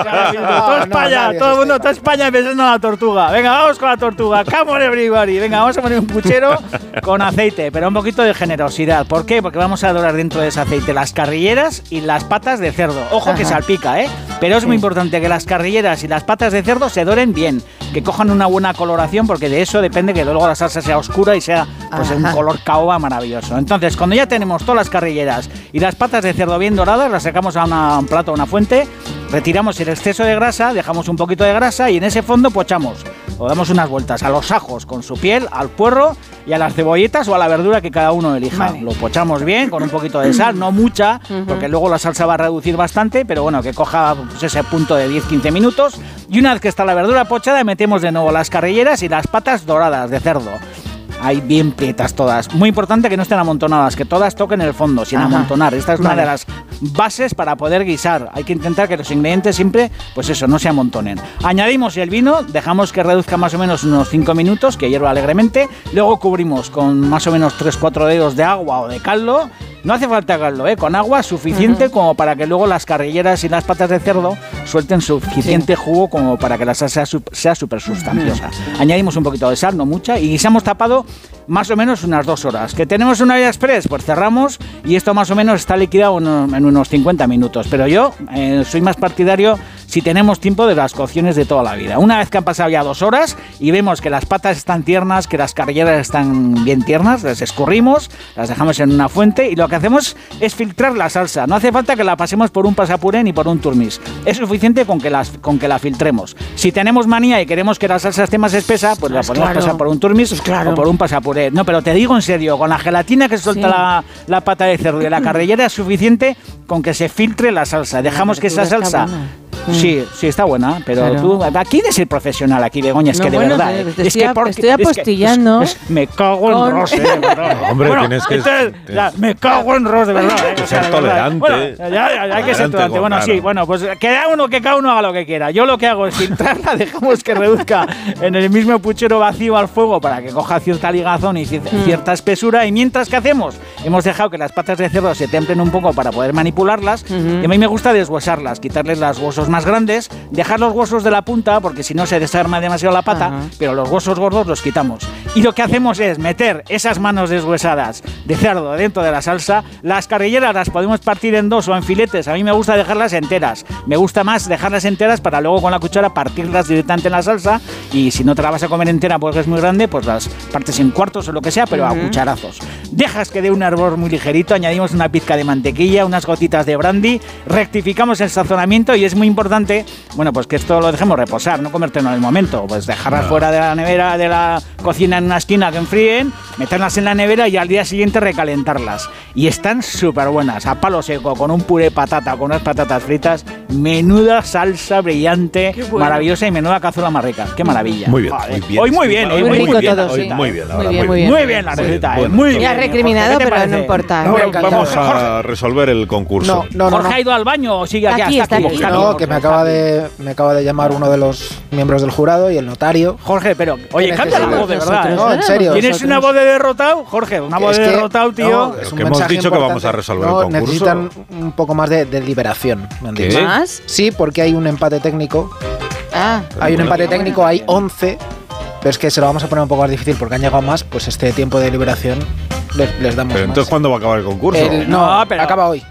A: no,
C: España,
A: nadie
C: todo el mundo, toda España pensando en la tortuga. Venga, vamos con la tortuga. Come on, everybody. Venga, vamos a poner un puchero con aceite, pero un poquito de generosidad. ¿Por qué? Porque vamos a dorar dentro de ese aceite las carrilleras y las patas de cerdo. Ojo que
P: Ajá.
C: salpica, ¿eh? Pero es muy importante que las carrilleras y las patas de cerdo se doren bien, que cojan una buena coloración, porque de eso depende que luego la salsa sea oscura y sea pues, de un
P: Ajá.
C: color caoba maravilloso. Entonces, cuando ya tenemos todas las carrilleras y las patas de cerdo bien doradas, las sacamos a una- a un plato, a una fuente, retiramos el exceso de grasa, dejamos un poquito de grasa y en ese fondo pochamos o damos unas vueltas a los ajos con su piel, al puerro y a las cebolletas o a la verdura que cada uno elija. Lo pochamos bien con un poquito de sal, no mucha,
P: Ujú.
C: porque luego la salsa va a reducir bastante, pero bueno, que coja pues, ese punto de 10-15 minutos. Y una vez que está la verdura pochada, metemos de nuevo las carrilleras y las patas doradas de cerdo. Ahí bien prietas todas. Muy importante que no estén amontonadas, que todas toquen el fondo, sin
P: Ajá.
C: amontonar. Esta es una
P: Vale.
C: de las bases para poder guisar. Hay que intentar que los ingredientes siempre, pues eso, no se amontonen. Añadimos el vino, dejamos que reduzca más o menos unos 5 minutos, que hierva alegremente. Luego cubrimos con más o menos 3-4 dedos de agua o de caldo. No hace falta caldo, ¿eh? con agua suficiente como para que luego las carrilleras y las patas de cerdo suelten suficiente jugo como para que la salsa sup- sea súper sustanciosa. Añadimos un poquito de sal, no mucha, y guisamos tapado más o menos unas dos horas. ¿Que tenemos una olla express? Pues cerramos y esto más o menos está liquidado uno- en unos 50 minutos. Pero yo eh, soy más partidario si tenemos tiempo de las cocciones de toda la vida. Una vez que han pasado ya dos horas y vemos que las patas están tiernas, que las carrilleras están bien tiernas, las escurrimos, las dejamos en una fuente y lo que hacemos es filtrar la salsa. No hace falta que la pasemos por un pasapuré ni por un turmis. Es suficiente con que, las, con que la filtremos. Si tenemos manía y queremos que la salsa esté más espesa, pues la
P: Pues
C: podemos
P: claro.
C: pasar por un turmis o por un pasapuré. No, pero te digo en serio, con la gelatina que suelta
P: Sí.
C: la, la pata de cerdo y la carrillera es suficiente con que se filtre la salsa. Dejamos que esa
P: verdura está
C: salsa...
P: buena.
C: Sí,
B: Mm.
C: sí, está buena, pero
P: Claro.
C: tú... ¿a ¿Quién es el profesional aquí, Begoña? Es
B: No,
C: que de
B: bueno,
C: verdad...
B: te-
C: eh,
B: te
C: es
B: estoy
C: que
B: a-
C: porque-
B: estoy
C: es que-
B: apostillando.
C: es- me cago en
B: Con-
C: Rose, de verdad.
A: No, hombre, tienes que-
C: entonces, ya, me cago en Rose, de verdad. eh,
A: que
C: o sea,
A: ser
C: de verdad.
A: tolerante.
C: Bueno, ya, ya, ya hay que ser
A: Tolerante
C: tolerante.
A: con-
C: Bueno, sí,
A: claro.
C: bueno, pues queda uno que cada uno haga lo que quiera. Yo lo que hago es filtrarla, dejamos que reduzca en el mismo puchero vacío al fuego para que coja cierta ligazón y cier- cierta espesura. Y mientras que hacemos, hemos dejado que las patas de cerdo se templen un poco para poder manipularlas. Y a mí me gusta deshuesarlas, quitarles los huesos más grandes, dejar los huesos de la punta porque si no se desarma demasiado la pata, pero los huesos gordos los quitamos. Y lo que hacemos es meter esas manos deshuesadas de cerdo dentro de la salsa. Las carrilleras las podemos partir en dos o en filetes. A mí me gusta dejarlas enteras. Me gusta más dejarlas enteras para luego con la cuchara partirlas directamente en la salsa. Y si no te la vas a comer entera porque es muy grande, pues las partes en cuartos o lo que sea, pero a
P: Ujú.
C: cucharazos. Dejas que dé un hervor muy ligerito, añadimos una pizca de mantequilla, unas gotitas de brandy, rectificamos el sazonamiento y es muy importante, bueno, pues que esto lo dejemos reposar, no comértelo en el momento, pues dejarlas
P: No.
C: fuera de la nevera, de la cocina en una esquina que enfríen, meterlas en la nevera y al día siguiente recalentarlas. Y están súper buenas, a palo seco, con un puré de patata, con unas patatas fritas, Menuda salsa brillante,
S: bueno.
C: maravillosa y menuda cazuela más rica. Qué maravilla.
A: Muy bien,
C: Joder.
A: muy bien.
C: Hoy muy bien, hoy
A: Muy
C: muy,
A: rico
C: bien.
A: todo,
C: hoy
A: sí.
C: muy bien, la verdad,
A: Muy
C: Muy
A: bien.
C: bien, muy bien la
A: Muy
C: receta.
A: bien.
C: eh, Muy bien. ¿eh?
B: Me ha recriminado,
C: ¿Qué te
B: pero no
C: parece?
B: importa.
A: Ahora
B: Me ha encantado.
A: vamos a resolver el concurso.
C: Jorge ha ido al baño o sigue aquí.
B: Está aquí, está
C: Hasta aquí.
B: aquí.
C: está aquí,
M: No,
C: Jorge.
M: que me acaba de me acaba de llamar uno de los miembros del jurado y el notario.
C: Jorge, pero oye,
M: Que
C: cambia la voz de
M: necesitamos
C: verdad.
M: nosotros,
C: ¿eh?
M: no, en serio,
C: ¿Tienes
M: nosotros.
C: una voz de derrotado, Jorge? Una voz
M: Es
C: de
M: que-
C: derrotado, tío.
M: no,
A: Pero
M: es un
A: que hemos
M: mensaje
A: dicho que
M: importante.
A: vamos a resolver
M: No,
A: el concurso.
M: Necesitan un poco más de, de liberación, me han
A: ¿Qué?
M: dicho.
C: ¿Eh?
A: ¿Más?
M: Sí, porque hay un empate técnico.
B: Ah,
M: hay un
A: bueno.
M: empate técnico, hay 11. Pero es que se lo vamos a poner un poco más difícil porque han llegado más, pues este tiempo de liberación les, les damos
A: Pero
M: más.
A: entonces, ¿cuándo va a acabar el concurso?
M: El- no, acaba hoy.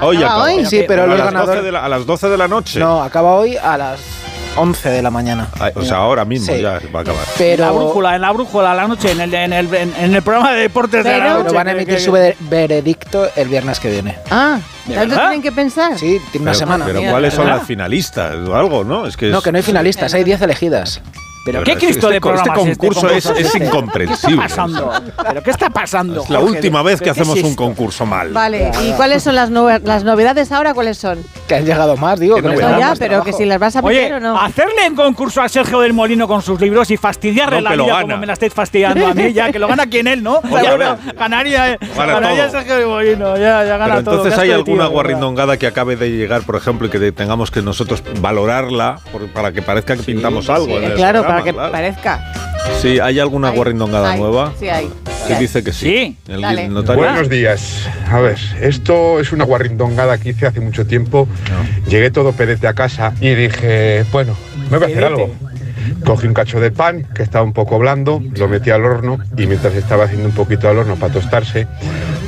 A: Hoy
M: acaba
A: acaba.
M: hoy. Sí, pero
A: a
M: los
A: las, 12
M: ganadores-
A: de la, a las 12 de la noche.
M: No, acaba hoy a las 11 de la mañana.
A: Ah, O sea, ahora mismo
M: Sí.
A: ya va a acabar.
M: Pero-
C: En la brújula, en la brújula, a la noche, en el, en el, en, en el programa de deportes de la
M: Pero,
C: noche.
M: van a
C: que-
M: emitir
C: que-
M: su ver- veredicto el viernes que viene.
B: Ah,
M: ¿De
B: ¿tanto
M: verdad?
B: tienen que pensar?
M: Sí, tiene una
A: Pero-
M: semana.
A: Pero ¿cuáles son las finalistas o algo, no? Es que
M: No,
A: es-
M: que no hay finalistas, hay 10 elegidas.
C: ¿Pero
A: Pero
C: qué
A: este-
C: Cristo
A: este
C: de
A: co-
C: programa
A: este
C: es
A: concurso
C: ¿Cómo
A: es-
C: se
A: es
C: hace?
A: incomprensible.
C: ¿Qué está pasando? ¿Pero qué está pasando?
A: Es la
C: Jorge?
A: última vez que
C: ¿Pero qué
A: hacemos
C: es
A: un
C: esto?
A: concurso mal.
B: Vale, ¿y cuáles son las, nove- las novedades ahora? ¿Cuáles son?
M: Que han llegado más, digo.
A: Que no
M: les
A: voy a
M: da
B: No, ya,
M: más
B: pero
M: trabajo.
B: que si las vas a
C: Oye,
B: meter o no.
C: hacerle un concurso a Sergio del Molino con sus libros y fastidiarle
A: No,
C: la
A: que lo
C: vida
A: gana.
C: como me la estáis fastidiando a mí, ya que lo gana quien él, ¿no?
A: Oye,
C: Ya,
A: a ver.
C: ganaría, eh.
A: Gana
C: ganaría
A: todo.
C: Sergio del Molino, ya, ya gana
A: Pero
C: todo.
A: entonces
C: Qué
A: hay
C: asco de tío,
A: alguna
C: de verdad.
A: guarrindongada que acabe de llegar, por ejemplo, y que tengamos que nosotros valorarla por- para que parezca que pintamos algo. en
B: Eh,
A: el
B: claro,
A: programa,
B: para que
A: claro.
B: parezca.
A: Sí, ¿hay alguna guarrindongada
B: Ay,
A: nueva?
B: Sí, hay.
A: Que
B: Sí.
A: dice que sí. El
B: Dale.
A: notario.
T: Buenos días. A ver, esto es una guarrindongada que hice hace mucho tiempo. Llegué todo pedete a casa y dije, bueno, me voy a hacer algo. Oh. Cogí un cacho de pan que estaba un poco blando, lo metí al horno y mientras estaba haciendo un poquito al horno para tostarse,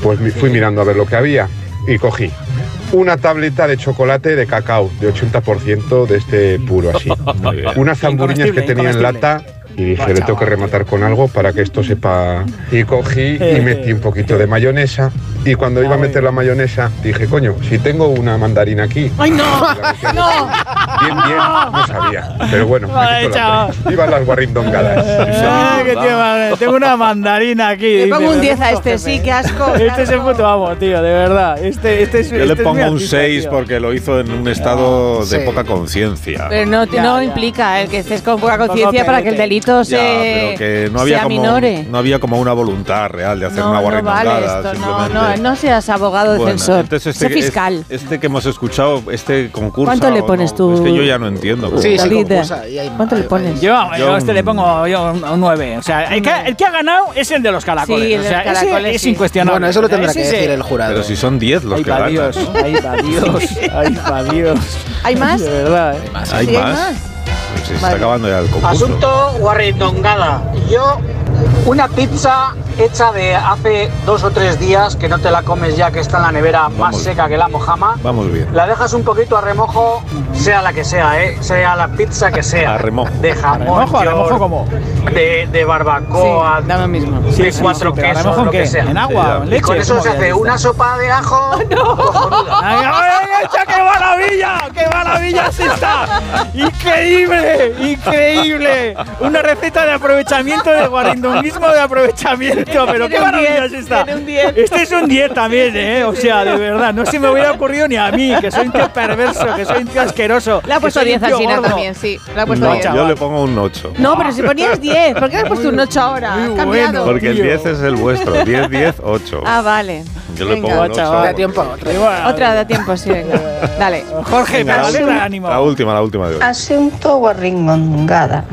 T: pues mi- fui mirando a ver lo que había y cogí una tableta de chocolate de cacao de 80% de este puro así. Unas zamburiñas que
C: Incomestible,
T: tenía en
C: incomestible.
T: lata y dije, le tengo que rematar con algo para que esto sepa. Y cogí y metí un poquito de mayonesa. Y cuando iba a meter la mayonesa, dije, coño, si tengo una mandarina aquí.
C: ¡Ay, no! ¡No!
T: Bien, bien, no sabía. Pero bueno,
C: Vale,
T: me quito la
C: chao.
T: hambre. Vivan las guarrindongadas.
C: Ay, qué tío, madre. Tengo una mandarina aquí.
B: Le
C: dice,
B: pongo un
C: me
B: 10 a
C: puto
B: este,
C: jefe.
B: sí, qué asco.
C: Este es el puto amo, tío, de verdad. Este, este es,
A: Yo le
C: este es mi
A: pongo un
C: artista,
A: 6
C: tío.
A: porque lo hizo en un estado
C: Sí.
A: de poca conciencia.
B: Pero no,
C: Ya,
B: no
C: ya.
B: implica el que estés con poca
C: Tampoco
B: conciencia para que el
C: pelete.
B: delito
A: Ya,
B: se,
A: pero que no
B: se
A: había, como,
B: aminore.
A: no había como una voluntad real de hacer
B: No,
A: una
B: no vale
A: guarrindongada.
B: esto, no,
A: simplemente.
B: no, no seas abogado
A: Bueno,
B: defensor,
A: entonces
B: sé fiscal.
A: es- Este que hemos escuchado, este concurso.
B: ¿Cuánto le
A: o no?
B: pones tú?
A: Es que yo ya no entiendo.
B: Sí, sí,
A: David.
B: concursa, ¿Cuánto le pones?
C: Yo, yo
A: Yo
C: a este
A: un-
C: le
M: mm.
C: pongo yo un, 9. O sea, el que, el que ha ganado es el de los caracoles.
B: Sí, el
C: o
B: de
C: sea,
B: los
C: ese
B: caracoles,
C: es
B: sí.
C: incuestionable.
M: Bueno, eso lo
C: O sea,
M: tendrá
C: ese
M: que
C: es el-
M: decir el jurado.
A: Pero si son 10 los
C: Ay,
A: que
C: va
A: ganan.
C: Dios, ay, va Dios, ay, va Dios.
B: ¿Hay más?
C: De verdad, ¿eh?
A: Hay
B: ¿Sí hay
A: más. Pues Se está
C: Vale.
A: acabando ya el concurso.
N: Asunto guarrindongada. Yo, una pizza hecha de hace dos o tres días, que no te la comes ya, que está en la nevera más seca que la mojama.
A: Vamos bien.
N: La dejas un poquito a remojo, sea la que sea, ¿eh? sea la pizza que sea.
A: A remojo.
N: De jamón,
C: ¿Remojo? ¿A remojo
N: york,
C: cómo?
N: de, de barbacoa, de
C: Sí, sí,
N: cuatro
C: pero ¿a
N: quesos,
C: remojo en
N: lo
C: qué?
N: que sea.
C: ¿En agua? ¿En
N: Y con
C: leche?
N: eso
C: ¿Cómo
N: se
C: que
N: hace
C: ya
N: una
C: está? Ah,
N: sopa de ajo. cojonuda.
C: ¡Ay, ay, ay, ay, qué maravilla! ¡Qué maravilla es esta! ¡Increíble! ¡Increíble! Una receta de aprovechamiento de guarrindonguismo de aprovechamiento. ¡Pero qué
B: Tiene un
C: maravilla
B: 10,
C: es esta!
B: tiene un 10.
C: Este es un 10 también, ¿eh? O sea, de verdad, no se me hubiera ocurrido ni a mí, que soy un tío perverso, que soy un tío asqueroso.
B: Le ha
C: que
B: puesto
C: soy un
B: 10 a
C: tío
B: Sina
C: gordo.
B: también, sí. Le ha puesto
A: No,
B: 10.
A: yo le pongo un 8.
B: No, pero si ponías 10, ¿por qué le has puesto un 8 ahora? Has cambiado.
A: Porque el 10 es el vuestro. 10, 10, 8.
B: Ah, vale.
A: Yo le
B: Venga.
A: pongo un 8.
M: Da tiempo a otra.
C: Y bueno,
B: Otra da tiempo, sí, venga. Dale.
C: Jorge, me alegra ánimo.
A: La última, la última de
B: Ah,
A: hoy.
U: Asunto guarringongada.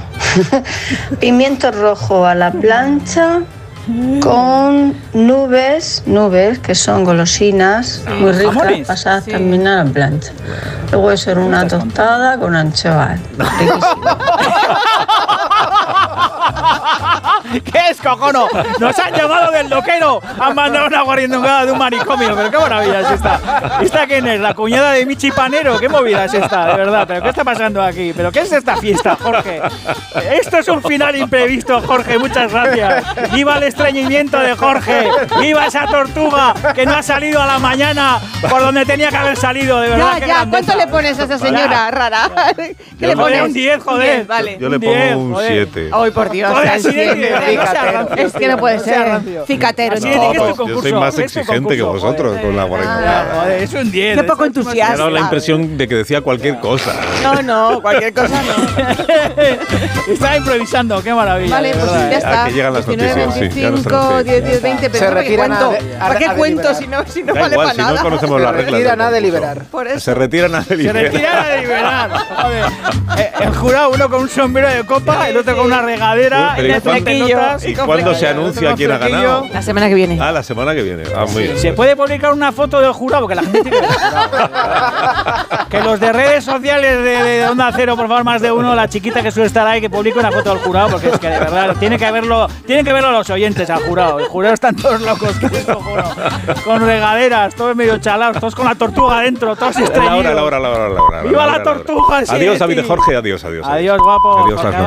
U: Pimiento rojo a la plancha con nubes, nubes que son golosinas muy
C: Jamones.
U: ricas pasadas también a la plancha. Luego eso era una tostada con anchoas.
C: ¿Qué es, cojono? Nos han llamado del loquero. Han mandado una guarindongada de un manicomio. Pero qué maravilla es esta. ¿Esta quién es? ¿La cuñada de Michi Panero? ¿Qué movida es esta? De verdad. ¿Pero qué está pasando aquí? ¿Pero qué es esta fiesta, Jorge? Esto es un final imprevisto, Jorge. Muchas gracias. Viva el estreñimiento de Jorge. Viva esa tortuga que no ha salido a la mañana por donde tenía que haber salido. De verdad.
B: Ya,
C: qué
B: ya, ¿cuánto
C: grandeza.
B: le pones a esa señora rara? ¿Qué
A: Yo
B: le
A: le
B: pones?
A: pongo
C: un 10, joder.
B: vale.
A: Yo le
C: Un 10,
A: pongo un
C: joder.
A: 7.
B: Ay, por Dios,
C: Joder,
B: al
C: así de-
B: siete. Cicatero. Es que no puede ser. Cicatero.
A: No, pues yo soy más exigente que
B: eh.
A: vosotros con la
B: Ah,
A: guarindongada.
C: Es un 10.
B: Qué poco
A: Me ha dado la
B: entusiasta.
A: impresión de que decía cualquier cosa.
B: No, no, cualquier cosa no.
C: Estaba improvisando, qué maravilla.
B: Vale,
C: de
B: pues
C: verdad. eh.
B: ya está.
A: Aquí Ah, llegan las
B: 19,
A: noticias, sí, ya nos tenemos que
B: 25, 10, 10, 20, pero
M: Se
B: ¿para qué
M: retiran a
B: cuento?
M: de- a-
B: ¿Para qué
M: a
B: cuento
M: deliberar.
B: si no, si no
A: Da
B: vale
A: igual,
B: para
A: si no
B: nada?
A: conocemos las reglas
M: retiran
A: del
M: a
A: concurso.
M: deliberar.
B: Por eso.
A: Se retiran a
C: Se
A: deliberar.
C: retiran a liberar. Joder. Eh, El jurado, uno con un sombrero de copa, el otro con una regadera,
A: Uy, pero
C: el
A: ¿y
C: otro
A: cuándo-
C: con pelotas,
A: ¿Y
C: con
A: cuándo se
C: flequillo, el
A: anuncia
C: otro
A: quién ha
C: con
A: ganado?
C: flequillo.
B: La semana que viene.
A: Ah, la semana que viene. Ah, muy bien.
C: Se puede publicar una foto del jurado, porque la gente tiene que ver al jurado. Que los de redes sociales de, de Onda Cero, por favor, más de uno, la chiquita que suele estar ahí, que publique una foto del jurado, porque es que de verdad, tiene que verlo, tiene que verlo los oyentes al jurado. El jurado están todos locos, que les cojono. con regaderas, todos medio chalados, todos con la tortuga dentro, todos
A: Laura,
C: estreñidos.
A: Laura, Laura, Laura, Laura.
C: ¡Viva la
A: Laura, Laura.
C: tortuga, sí,
A: Adiós, David
C: sí.
A: Jorge, adiós, adiós.
C: Adiós, guapo.
A: Adiós, las
C: Jorge